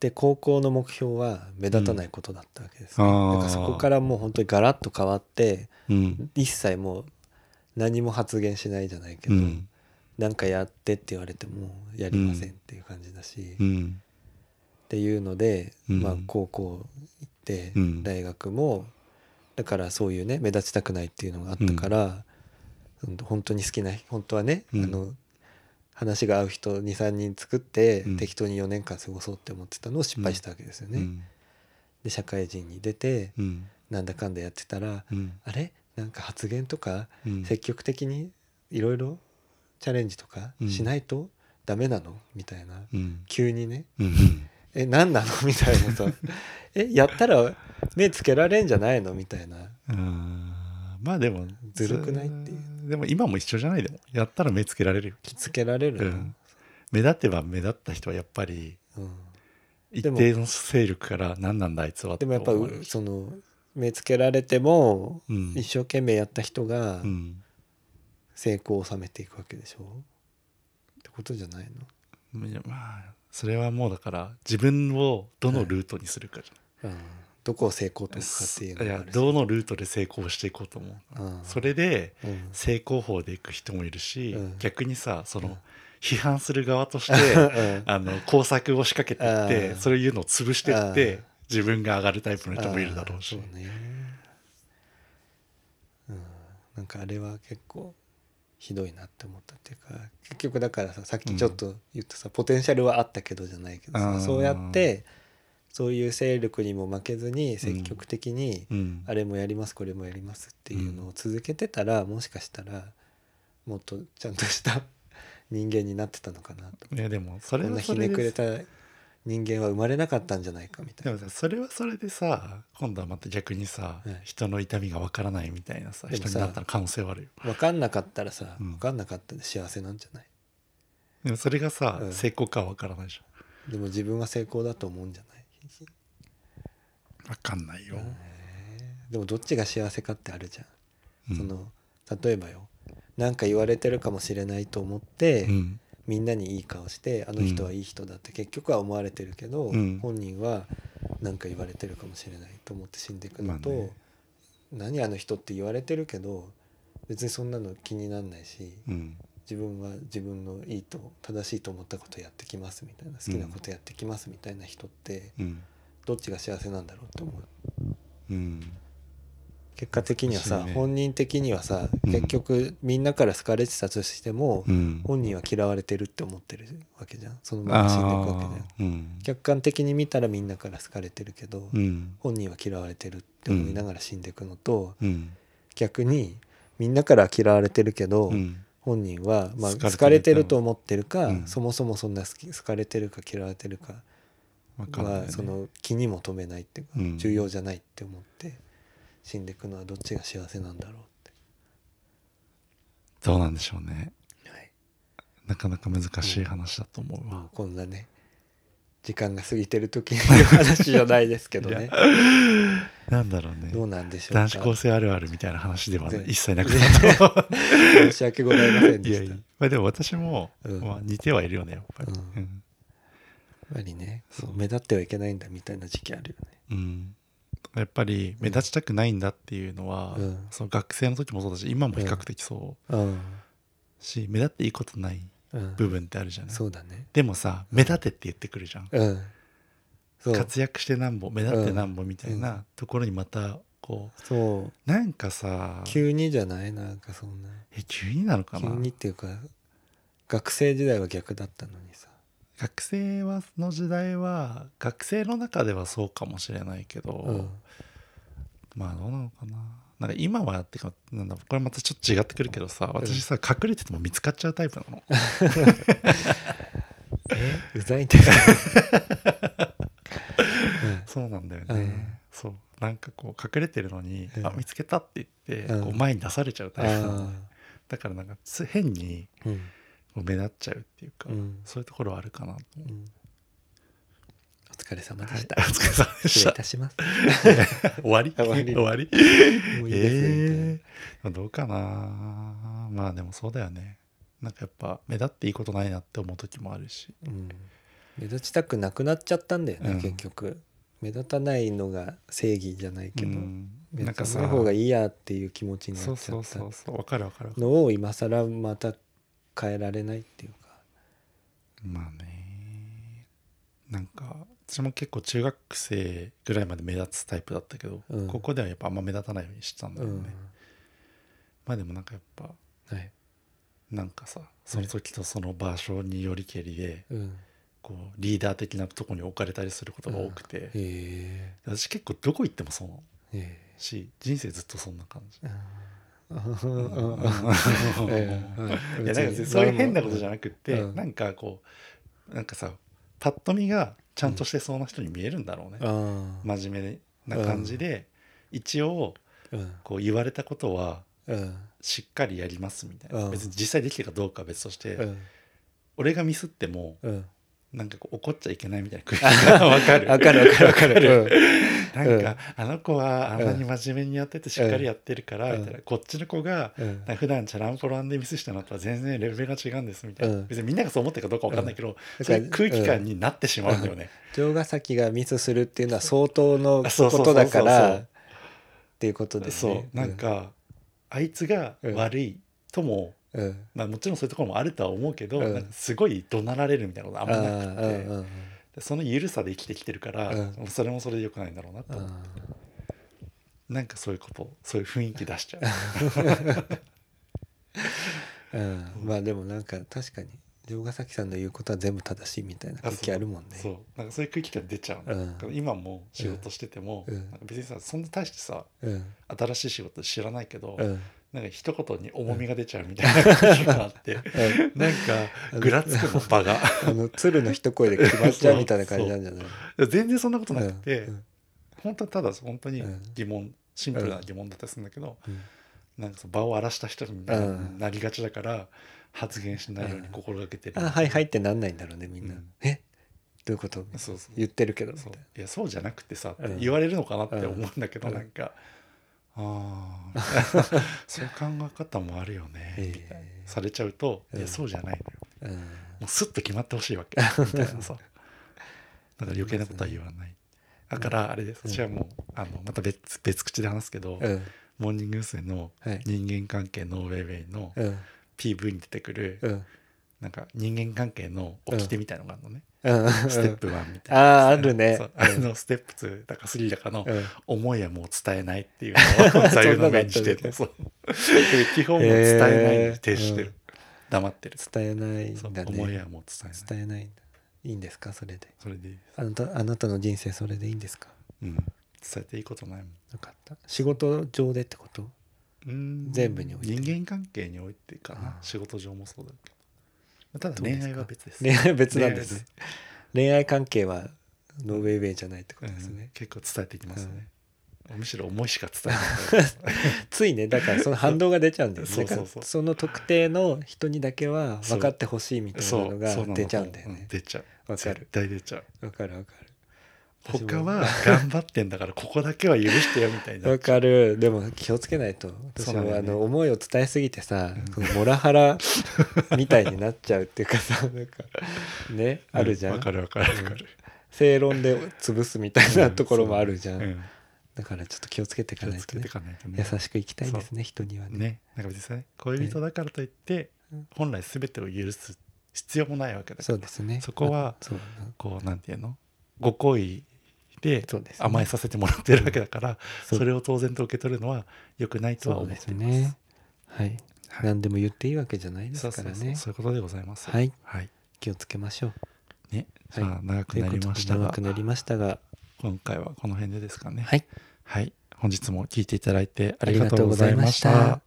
Speaker 1: で高校の目標は目立たないことだったわけです、ね
Speaker 2: うんあー
Speaker 1: だからそこからもう本当にガラッと変わって
Speaker 2: うん
Speaker 1: 一切もう何も発言しないじゃないけ
Speaker 2: う
Speaker 1: ど、
Speaker 2: ん
Speaker 1: なんかやってって言われてもやりませんっていう感じだし、
Speaker 2: う
Speaker 1: っ
Speaker 2: ん
Speaker 1: ていうので、
Speaker 2: うん
Speaker 1: まあ、高校行って、
Speaker 2: うん
Speaker 1: 大学もだからそういうね目立ちたくないっていうのがあったから、うん本当に好きな本当はね、
Speaker 2: うん
Speaker 1: あの話が合う人23人作って、
Speaker 2: うん
Speaker 1: 適当に4年間過ごそうって思ってたのを失敗したわけですよね。
Speaker 2: うん
Speaker 1: で社会人に出て
Speaker 2: うん
Speaker 1: なんだかんだやってたら、
Speaker 2: うん
Speaker 1: あれなんか発言とか
Speaker 2: うん
Speaker 1: 積極的にいろいろチャレンジとかしないとダメなのみたいな
Speaker 2: うん
Speaker 1: 急にね
Speaker 2: うん
Speaker 1: 「え何なの?」 みたいなさ「えやったら目つけられんじゃないの?」みたいな
Speaker 2: あーまあでも
Speaker 1: ずるくないっていう
Speaker 2: でも今も一緒じゃないでもやったら目つけられるよ
Speaker 1: つけられるの、
Speaker 2: うん目立てば目立った人はやっぱり
Speaker 1: うん、
Speaker 2: 一
Speaker 1: でも
Speaker 2: 定の勢力から何なんだあいつは
Speaker 1: でもやっぱ
Speaker 2: と思う
Speaker 1: うその目つけられても
Speaker 2: うん
Speaker 1: 一生懸命やった人が
Speaker 2: うん
Speaker 1: 成功を収めていくわけでしょってことじゃない
Speaker 2: いやまあそれはもうだから自分をどのルートにするかじゃない
Speaker 1: の、うん、どこを成功と
Speaker 2: で
Speaker 1: かっ
Speaker 2: す
Speaker 1: ていう
Speaker 2: い
Speaker 1: のがあ
Speaker 2: や
Speaker 1: るし
Speaker 2: どのルートで成功していこうと思う
Speaker 1: うん
Speaker 2: それで
Speaker 1: うん
Speaker 2: 成功法でいく人もいるし、
Speaker 1: うん
Speaker 2: 逆にさその、
Speaker 1: うん
Speaker 2: 批判する側とし
Speaker 1: うん
Speaker 2: て あの工作を仕掛けていっ
Speaker 1: あ
Speaker 2: て
Speaker 1: ー
Speaker 2: そういうのを潰していって
Speaker 1: あー
Speaker 2: 自分が上がるタイプの人もいるだろうし
Speaker 1: あーそうね、うん、なんかあれは結構ひどいなって思ったっていうか結局だからささっきちょっと言ったさ、ポテンシャルはあったけどじゃないけど
Speaker 2: あー
Speaker 1: さそうやってそういう勢力にも負けずに積極的に、
Speaker 2: うん
Speaker 1: あれもやりますこれもやりますっていうのを続けてたら、もしかしたらもっとちゃんとした 人間になってたのかなと
Speaker 2: いやでもそれ
Speaker 1: こん
Speaker 2: は
Speaker 1: な
Speaker 2: そ
Speaker 1: ひ
Speaker 2: れ
Speaker 1: ねくれ
Speaker 2: で
Speaker 1: た人間は生まれなかったんじゃないかみた
Speaker 2: で
Speaker 1: い
Speaker 2: も
Speaker 1: な。
Speaker 2: さそれはそれでさ今度はまた逆にさ、
Speaker 1: はい
Speaker 2: 人の痛みがわからないみたいなさ
Speaker 1: でも
Speaker 2: 人
Speaker 1: さ
Speaker 2: になったら可能性はあるよ
Speaker 1: 分かんなかったらさ、
Speaker 2: う
Speaker 1: わ
Speaker 2: ん
Speaker 1: 分かんなかったで幸せなんじゃない
Speaker 2: でもそれがさ、
Speaker 1: うん
Speaker 2: 成功かはわからないじ
Speaker 1: でも自分は成功だと思うんじゃない
Speaker 2: ゃんわかんないよ、
Speaker 1: でもどっちが幸せかってあるじゃん、
Speaker 2: うん
Speaker 1: その例えばよなんか言われてるかもしれないと思って、
Speaker 2: うん
Speaker 1: みんなにいい顔してあの人はいい人だって結局は思われてるけど、
Speaker 2: うん
Speaker 1: 本人は何か言われてるかもしれないと思って死んでいくのと、
Speaker 2: まあね
Speaker 1: 何あの人って言われてるけど別にそんなの気になんないし
Speaker 2: うん
Speaker 1: 自分は自分のいいと正しいと思ったことやってきますみたいな好きなことやってきますみたいな人って
Speaker 2: うん
Speaker 1: どっちが幸せなんだろうって思う
Speaker 2: うん
Speaker 1: 結果的にはさ、
Speaker 2: 難しいね
Speaker 1: 本人的にはさ
Speaker 2: うん
Speaker 1: 結局みんなから好かれてたとしても、
Speaker 2: うん
Speaker 1: 本人は嫌われてるって思ってるわけじゃんそのまま死んでいくわけじゃん
Speaker 2: あーうん
Speaker 1: 客観的に見たらみんなから好かれてるけど、
Speaker 2: うん
Speaker 1: 本人は嫌われてるって思いながら死んでいくのと、
Speaker 2: うん
Speaker 1: 逆にみんなから嫌われてるけど、
Speaker 2: うん
Speaker 1: 本人は、まあ、
Speaker 2: 好かれて
Speaker 1: 好
Speaker 2: る
Speaker 1: かれてると思ってるか、
Speaker 2: うん
Speaker 1: そもそもそんな好き好かれてるか嫌われてるか
Speaker 2: わかんない、
Speaker 1: は
Speaker 2: ね、
Speaker 1: その気にも留めないっていうか、
Speaker 2: うん
Speaker 1: 重要じゃないって思って死んでいくのはどっちが幸せなんだろうって。
Speaker 2: どうなんでしょうね
Speaker 1: はい
Speaker 2: なかなか難しい話だと思うわ、
Speaker 1: まあ、こんなね時間が過ぎてる時に言う話じゃないですけどね
Speaker 2: なんだろうね
Speaker 1: どうなんでしょうか
Speaker 2: 男子高生あるあるみたいな話では
Speaker 1: 全
Speaker 2: 一切なくなった
Speaker 1: 申し訳ございませんで
Speaker 2: い
Speaker 1: した
Speaker 2: やいや、まあ、でも私も、
Speaker 1: うん
Speaker 2: まあ、似てはいるよねやっぱり
Speaker 1: うん
Speaker 2: うん
Speaker 1: やっぱりねこう目立ってはいけないんだみたいな時期あるよね
Speaker 2: うんやっぱり目立ちたくないんだっていうのは、
Speaker 1: うん
Speaker 2: その学生の時もそうだし今も比較的そうし、目立っていいことない
Speaker 1: うん、
Speaker 2: 部分ってあるじゃない、
Speaker 1: そうだね
Speaker 2: でもさ目立てって言ってくるじゃん、
Speaker 1: うんそう
Speaker 2: 活躍してなんぼ目立ってなんぼみたいなところにまたこ
Speaker 1: そう
Speaker 2: うなんかさ
Speaker 1: 急にじゃないなんかそんな
Speaker 2: え急になのか
Speaker 1: 急
Speaker 2: な
Speaker 1: にっていうか学生時代は逆だったのにさ
Speaker 2: 学生はの時代は学生の中ではそうかもしれないけど、
Speaker 1: うん
Speaker 2: まあどうなのかななんか今はってかなんだこれまたちょっと違ってくるけどさ私さ隠れてても見つかっちゃうタイプな の
Speaker 1: うざいんだよ
Speaker 2: そうなんだよね、
Speaker 1: うん
Speaker 2: そうなんかこう隠れてるのに「
Speaker 1: うん
Speaker 2: あ見つけた」って言って、
Speaker 1: うん
Speaker 2: こう前に出されちゃう
Speaker 1: う
Speaker 2: タ
Speaker 1: ん
Speaker 2: イプなの
Speaker 1: あ
Speaker 2: だからなんかつ変に
Speaker 1: ーうん
Speaker 2: こう目立っちゃうっていうか、
Speaker 1: うん
Speaker 2: そういうところはあるかなと思
Speaker 1: う
Speaker 2: う、
Speaker 1: んお疲れ様でした、
Speaker 2: はいお疲れ様でし
Speaker 1: 失礼
Speaker 2: た
Speaker 1: いたします
Speaker 2: 終わり
Speaker 1: 終わり
Speaker 2: 終わり
Speaker 1: もういいですねみたいな
Speaker 2: ええどうかなまあでもそうだよねなんかやっぱ目立っていいことないなって思う時もあるし
Speaker 1: うん目立ちたくなくなっちゃったんだよね、
Speaker 2: うん
Speaker 1: 結局目立たないのが正義じゃないけど、
Speaker 2: うん
Speaker 1: 目
Speaker 2: なん
Speaker 1: 立
Speaker 2: か
Speaker 1: た
Speaker 2: さ
Speaker 1: ない方がいいやっていう気持ちに
Speaker 2: そ
Speaker 1: な
Speaker 2: う
Speaker 1: っちゃ
Speaker 2: そう
Speaker 1: っ
Speaker 2: そう
Speaker 1: た
Speaker 2: そうわかるわかるわかる
Speaker 1: のを今更また変えられないっていうか
Speaker 2: まあねなんか私も結構中学生ぐらいまで目立つタイプだったけど、
Speaker 1: うん
Speaker 2: ここではやっぱあんま目立たないようにしてたんだ
Speaker 1: う
Speaker 2: よね、
Speaker 1: ん、
Speaker 2: まあでもなんかやっぱ
Speaker 1: はい、
Speaker 2: なんかさその時とその場所によりけりで
Speaker 1: うん、
Speaker 2: こうリーダー的なとこに置かれたりすることが多くて、
Speaker 1: へえ
Speaker 2: 私結構どこ行ってもそうなの
Speaker 1: え
Speaker 2: し人生ずっとそんな感じ
Speaker 1: えああ
Speaker 2: うん
Speaker 1: あええはい
Speaker 2: いやなんか
Speaker 1: 別に
Speaker 2: そういう変なことじゃなくって、
Speaker 1: うん
Speaker 2: なんかこうなんかさパッと見がちゃんとしてそうな人に見えるんだろうね、
Speaker 1: ああ
Speaker 2: 真面目な感じで、一応
Speaker 1: うん
Speaker 2: こう言われたことは
Speaker 1: うん
Speaker 2: しっかりやりますみたいな、
Speaker 1: うん
Speaker 2: 別に実際できてるかどうかは別として、
Speaker 1: うん
Speaker 2: 俺がミスっても
Speaker 1: うん
Speaker 2: なんかこう怒っちゃいけないみたいな空気が わかる
Speaker 1: わかるわかるわかる
Speaker 2: なんか、あの子はあんなに真面目にやっててしっかりやってるから、
Speaker 1: うん
Speaker 2: みたいなこっちの子が
Speaker 1: うんうん
Speaker 2: 普段チャランポランでミスしたのとは全然レベルが違うんですみたいな、
Speaker 1: うん
Speaker 2: 別にみんながそう思ってるかどうかわかんないけど、
Speaker 1: うん
Speaker 2: そういう空気感になってしまうんだよね、
Speaker 1: 城ヶ崎がミスするっていうのは相当の
Speaker 2: あそうそう
Speaker 1: こ
Speaker 2: そうそ
Speaker 1: と
Speaker 2: う
Speaker 1: だからっていうことで
Speaker 2: そうなんか、あいつが悪いとも、
Speaker 1: うん
Speaker 2: まあ、もちろんそういうところもあるとは思うけど、
Speaker 1: うん
Speaker 2: なんかすごい怒鳴られるみたいなことあんまなくて、
Speaker 1: あーうんうん
Speaker 2: でその緩さで生きてきてるから、
Speaker 1: う
Speaker 2: それもそれでよくないんだろうなと、
Speaker 1: うんあ
Speaker 2: なんかそういうことそういう雰囲気出 しちゃう
Speaker 1: ーうんまあでもなんか確かに城ヶ崎さんの言うことは全部正しいみたいな空気あるもんね
Speaker 2: そうなんかそういう空気感出ちゃう、
Speaker 1: うん
Speaker 2: なんか今も仕事してても、
Speaker 1: うん
Speaker 2: なんか別にさそんな大してさ
Speaker 1: うん
Speaker 2: 新しい仕事知らないけど、
Speaker 1: うん
Speaker 2: なんか一言に重みが出ちゃうみたいな空気があって、
Speaker 1: うん
Speaker 2: なんかぐらつくの場が
Speaker 1: あの鶴の一声で決まっちゃうみたいな感じなんじゃない
Speaker 2: 全然そんなことなくて、
Speaker 1: うん
Speaker 2: 本当にただ本当に疑問シンプルな疑問だったりするんだけど、なんかその場を荒らした人にな,、
Speaker 1: うん
Speaker 2: りがちだから発言しないように心がけてる、
Speaker 1: あはいはいってなんないんだろうねみんな、
Speaker 2: うん
Speaker 1: えどういうこと
Speaker 2: そうそう
Speaker 1: 言ってるけどみた
Speaker 2: そ
Speaker 1: いう
Speaker 2: いやそうじゃなくてさ、
Speaker 1: うん
Speaker 2: 言われるのかなって思うんだけど、
Speaker 1: うん
Speaker 2: なんか、ああ そういう考え方もあるよね、
Speaker 1: ええ
Speaker 2: みたいなされちゃうと、
Speaker 1: うん
Speaker 2: いやそうじゃないの
Speaker 1: な、
Speaker 2: よ
Speaker 1: うん
Speaker 2: もうスッと決まってほしいわ けみたいなさだから余計なことは言わない、だからあれです
Speaker 1: うん
Speaker 2: 私はもうあのまた別別口で話すけど、
Speaker 1: うん
Speaker 2: モーニング娘。の
Speaker 1: はい
Speaker 2: 人間関係のウェイウェイの
Speaker 1: うん
Speaker 2: PV に出てくる、
Speaker 1: うん
Speaker 2: なんか人間関係の掟みたいのがあるのね、
Speaker 1: うん
Speaker 2: ステップ1みたいな、
Speaker 1: ああーあるね
Speaker 2: そうあのステップ2だか3だかの
Speaker 1: うん
Speaker 2: 思いはもう伝えないっていう のを座右の銘にしててそう基本もう伝えないに徹してる、
Speaker 1: へーうん
Speaker 2: 黙ってる、
Speaker 1: 伝えない
Speaker 2: そうん
Speaker 1: だ
Speaker 2: 思い
Speaker 1: ね
Speaker 2: はもう伝えない
Speaker 1: 伝えないんだいいんですかそれで
Speaker 2: それでいいです、
Speaker 1: あなたあなたの人生それでいいんですか
Speaker 2: うん、伝えていいことないもん
Speaker 1: なかった仕事上でってこと
Speaker 2: うん
Speaker 1: 全部において
Speaker 2: 人間関係においてかな
Speaker 1: あー
Speaker 2: 仕事上もそうだけどただ
Speaker 1: どうで
Speaker 2: 恋
Speaker 1: すか
Speaker 2: 愛は別です
Speaker 1: 恋愛は別なんで
Speaker 2: 恋
Speaker 1: す
Speaker 2: 愛
Speaker 1: ね恋愛関係はノーウェイウェイじゃないってことです
Speaker 2: うん
Speaker 1: ね、
Speaker 2: 結構伝えていきますね、むしろ思いしか伝えない
Speaker 1: ついねだからその反動が出ちゃうんだよね
Speaker 2: そう
Speaker 1: だから
Speaker 2: そうそう
Speaker 1: その特定の人にだけは分かってほしい みたいな
Speaker 2: そ
Speaker 1: の
Speaker 2: うそうな
Speaker 1: が
Speaker 2: の
Speaker 1: 出ちゃうんだよ
Speaker 2: う
Speaker 1: ね
Speaker 2: 出ちゃう
Speaker 1: わかる
Speaker 2: 絶対出ちゃう
Speaker 1: わかるわかる私も
Speaker 2: 他は頑張ってんだからここだけは許してよみたい な
Speaker 1: わかるでも気をつけないと
Speaker 2: そ
Speaker 1: 私
Speaker 2: うなんだ
Speaker 1: も
Speaker 2: よ
Speaker 1: あ
Speaker 2: ね
Speaker 1: の思いを伝えすぎてさ、このモラハ ラみたいになっちゃうっていうかさなんかねあるじゃ
Speaker 2: うんわかるわかるわかる
Speaker 1: 正論で潰すみたいなところもあるじゃん、
Speaker 2: うん
Speaker 1: だからちょっと気をつけてい
Speaker 2: 気
Speaker 1: か
Speaker 2: を
Speaker 1: ない
Speaker 2: つ
Speaker 1: と
Speaker 2: け
Speaker 1: ね
Speaker 2: ていかないと
Speaker 1: 優
Speaker 2: ね
Speaker 1: しく生きたいですね人にはね
Speaker 2: ねなんか別にさ恋人だからといって
Speaker 1: うん
Speaker 2: 本来全てを許す必要もないわけだか
Speaker 1: そ
Speaker 2: ら
Speaker 1: うですね
Speaker 2: そこは
Speaker 1: あそう
Speaker 2: こうなんていうのご好意で
Speaker 1: そうですね
Speaker 2: 甘えさせてもらってるわけだから
Speaker 1: そう
Speaker 2: それを当然と受け取るのは良くないとは
Speaker 1: そう
Speaker 2: 思っ
Speaker 1: です
Speaker 2: ています
Speaker 1: ねはい、
Speaker 2: はい
Speaker 1: 何でも言っていいわけじゃないで
Speaker 2: そ
Speaker 1: す
Speaker 2: う
Speaker 1: か
Speaker 2: そう
Speaker 1: らね
Speaker 2: そうそういうことでございます
Speaker 1: はい
Speaker 2: はい
Speaker 1: 気をつけましょう
Speaker 2: ね
Speaker 1: はい
Speaker 2: さあ長く
Speaker 1: という
Speaker 2: な
Speaker 1: こ
Speaker 2: り
Speaker 1: と
Speaker 2: ま
Speaker 1: で
Speaker 2: した
Speaker 1: 長
Speaker 2: が
Speaker 1: くなりましたが
Speaker 2: 今回はこの辺でですかね
Speaker 1: はい
Speaker 2: はい。本日も聞いていただいてあ
Speaker 1: あ
Speaker 2: り
Speaker 1: り
Speaker 2: が
Speaker 1: が
Speaker 2: と
Speaker 1: と
Speaker 2: う
Speaker 1: う
Speaker 2: ご
Speaker 1: ご
Speaker 2: ざ
Speaker 1: ざ
Speaker 2: い
Speaker 1: い
Speaker 2: ま
Speaker 1: ま
Speaker 2: し
Speaker 1: したた。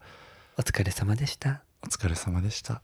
Speaker 1: お疲れ様でした
Speaker 2: お疲れ様でした。